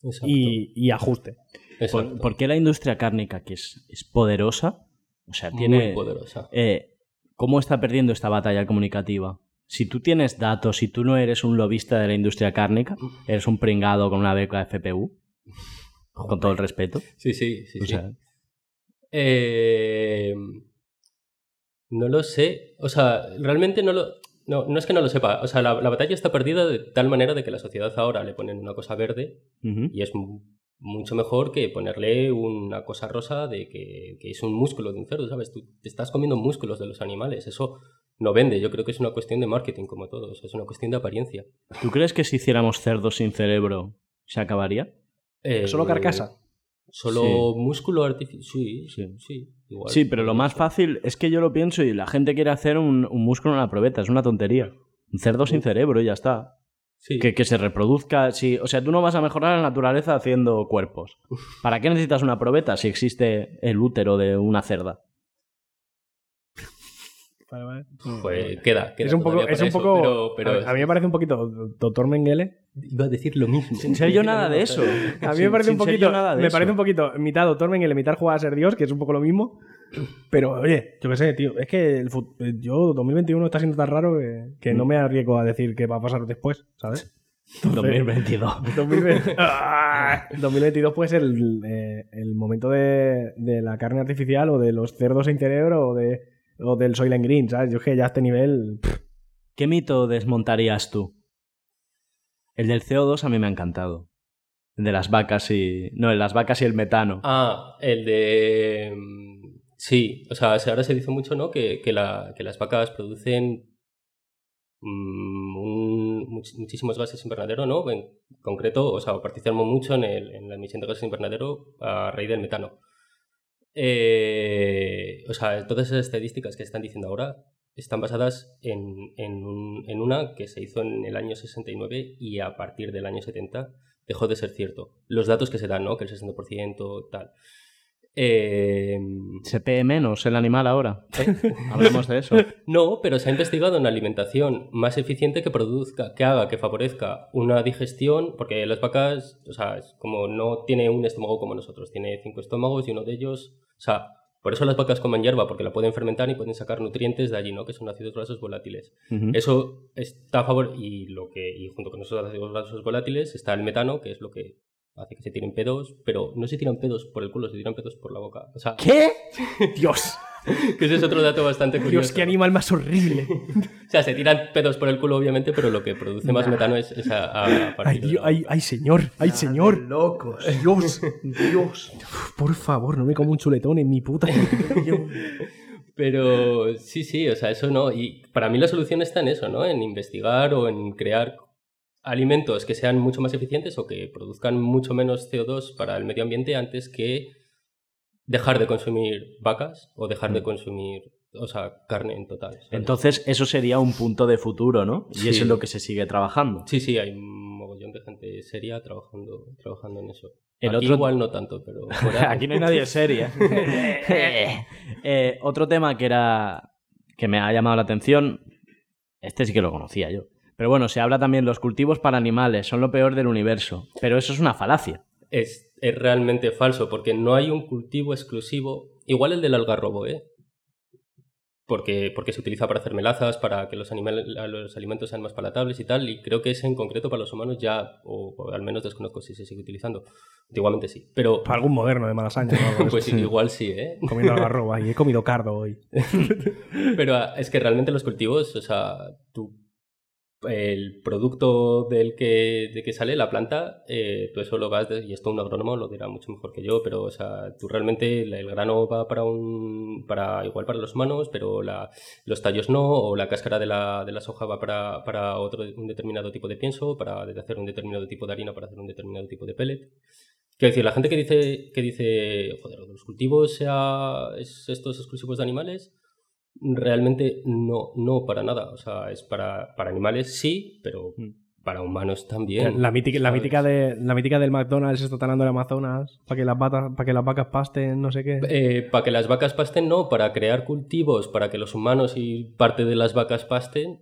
S4: Exacto,
S5: y, y ajuste.
S4: exacto.
S3: ¿Por, por qué la industria cárnica, que es, es poderosa, o sea,
S4: Muy
S3: tiene...
S4: poderosa.
S3: eh, ¿Cómo está perdiendo esta batalla comunicativa? Si tú tienes datos, si tú no eres un lobista de la industria cárnica, eres un pringado con una beca FPU, con todo el respeto.
S4: Sí, sí, sí.
S3: o
S4: sí.
S3: sea,
S4: Eh, no lo sé. O sea, realmente no lo. No, no es que no lo sepa. O sea, la, la batalla está perdida de tal manera de que la sociedad ahora le ponen una cosa verde
S3: ujú.
S4: y es mu- mucho mejor que ponerle una cosa rosa de que, que es un músculo de un cerdo, ¿sabes? Tú te estás comiendo músculos de los animales. Eso no vende. Yo creo que es una cuestión de marketing, como todo. O sea, es una cuestión de apariencia.
S3: ¿Tú crees que si hiciéramos cerdos sin cerebro se acabaría?
S4: Eh,
S5: Solo carcasa.
S4: Solo
S3: Sí.
S4: músculo artificial. Sí,
S3: Sí.
S4: sí, igual.
S3: Sí, pero lo más fácil es que yo lo pienso y la gente quiere hacer un, un músculo en la probeta, es una tontería. Un cerdo sin cerebro y ya está.
S4: Sí.
S3: Que, que se reproduzca. sí. O sea, tú no vas a mejorar la naturaleza haciendo cuerpos. ¿Para qué necesitas una probeta si existe el útero de una cerda?
S4: Pues queda, queda
S5: es un poco,
S4: todavía
S5: es
S4: para
S5: un
S4: eso,
S5: poco
S4: pero- pero
S5: a, a mí me parece un poquito doctor Mengele.
S4: iba a decir lo mismo.
S3: Sin ser yo nada de eso.
S5: A mí me
S3: Sin-
S5: parece
S3: sin
S5: un
S3: ser yo
S5: poquito,
S3: nada de
S5: me
S3: eso.
S5: parece un poquito mitad doctor Mengele, mitad jugar a ser Dios, que es un poco lo mismo. Pero oye, yo qué sé, tío, es que el eh,
S3: Mm.
S5: fut- yo 2021 está siendo tan raro que, que no me arriesgo a decir qué va a pasar después, ¿sabes?
S3: 2022.
S5: 2020 ¡Ah! 2022 puede ser el, eh, el momento de, de la carne artificial o de los cerdos sin cerebro o, de, o del Soylent Green, ¿sabes? Yo es que ya a este nivel... pff,
S3: ¿Qué mito desmontarías tú? El del CO2 a mí me ha encantado. El de las vacas y. No, el de las vacas y el metano.
S4: Ah, el de... mm, Sí, o sea, se- ahora se dice mucho, ¿no? Que, que, la- que las vacas producen mm, un- much- muchísimos gases invernadero, ¿no? En concreto, o sea, participamos mucho en, el- en la emisión de gases invernadero a raíz del metano. Eh, o sea, todas esas estadísticas que están diciendo ahora están basadas en, en un- en una que se hizo en el año 69 y a partir del año 70 dejó de ser cierto. Los datos que se dan, ¿no? Que el 60% tal. Eh,
S3: ¿Se pee menos el animal ahora?
S4: ¿eh?
S3: Hablemos de eso.
S4: No, pero se ha investigado una alimentación más eficiente que produzca, que haga, que favorezca una digestión, porque las vacas, o sea, es como no tiene un estómago como nosotros, tiene cinco estómagos y uno de ellos, o sea, por eso las vacas comen hierba, porque la pueden fermentar y pueden sacar nutrientes de allí, ¿no? Que son ácidos grasos volátiles.
S3: Ujú.
S4: Eso está a favor, y lo que, y junto con esos ácidos grasos volátiles está el metano, que es lo que hace que se tiren pedos, pero no se tiran pedos por el culo, se tiran pedos por la boca. O sea,
S5: ¿Qué? Dios,
S4: que ese es otro dato bastante curioso.
S5: Dios, qué animal más horrible.
S4: O sea, se tiran pedos por el culo, obviamente, pero lo que produce más metano es, es a, a- a
S5: Ay,
S4: partir de
S5: Dios,
S4: la-
S5: ay, ay, señor, ay, señor.
S6: Locos.
S5: Dios,
S6: Dios.
S5: por favor, no me como un chuletón en mi puta.
S4: Pero sí, sí, o sea, eso no. Y para mí la solución está en eso, ¿no? En investigar o en crear alimentos que sean mucho más eficientes o que produzcan mucho menos CO2 para el medio ambiente antes que dejar de consumir vacas o dejar de consumir, o sea, carne en total. ¿sabes?
S3: Mm. Entonces, eso sería un punto de futuro, ¿no? Y
S4: Sí.
S3: eso es lo que se sigue trabajando.
S4: Sí, sí, hay un mogollón de gente seria trabajando, trabajando en eso.
S3: El
S4: Aquí
S3: otro-
S4: igual no tanto, pero... fuera- pues,
S3: Aquí no hay nadie seria. Eh, otro tema que era. que me ha llamado la atención. Este sí que lo conocía yo. Pero bueno, se habla también los cultivos para animales son lo peor del universo. Pero eso es una falacia.
S4: es, es realmente falso, porque no hay un cultivo exclusivo, igual el del algarrobo, ¿eh? Porque, porque se utiliza para hacer melazas, para que los, animales, los alimentos sean más palatables y tal, y creo que ese en concreto para los humanos ya, o, o al menos desconozco si se sigue utilizando. Antiguamente sí, pero
S5: Para algún moderno de Malasaña. o algo de
S4: pues
S5: eso.
S4: igual sí, ¿eh?
S5: Comiendo algarroba y he comido cardo hoy.
S4: Pero ah, es que realmente los cultivos, o sea, tú, el producto del que, de que sale la planta, eh, tú eso lo vas, de- y esto un agrónomo lo dirá mucho mejor que yo, pero, o sea, tú realmente el el grano va para un, para igual para los humanos, pero la, los tallos no, o la cáscara de la, de la soja va para, para otro, un determinado tipo de pienso, para hacer un determinado tipo de harina, para hacer un determinado tipo de pellet. Quiero decir, la gente que dice, que dice, joder, los cultivos sea, es- estos exclusivos de animales, Realmente no, no para nada. O sea, es para, para animales sí, pero para humanos también.
S5: Mm. La mítica, la,
S4: ¿sabes?
S5: mítica de, la mítica del McDonald's está talando el Amazonas para que las vacas, para que las vacas pasten, no sé qué.
S4: Eh, para que las vacas pasten, no. Para crear cultivos, para que los humanos y parte de las vacas pasten,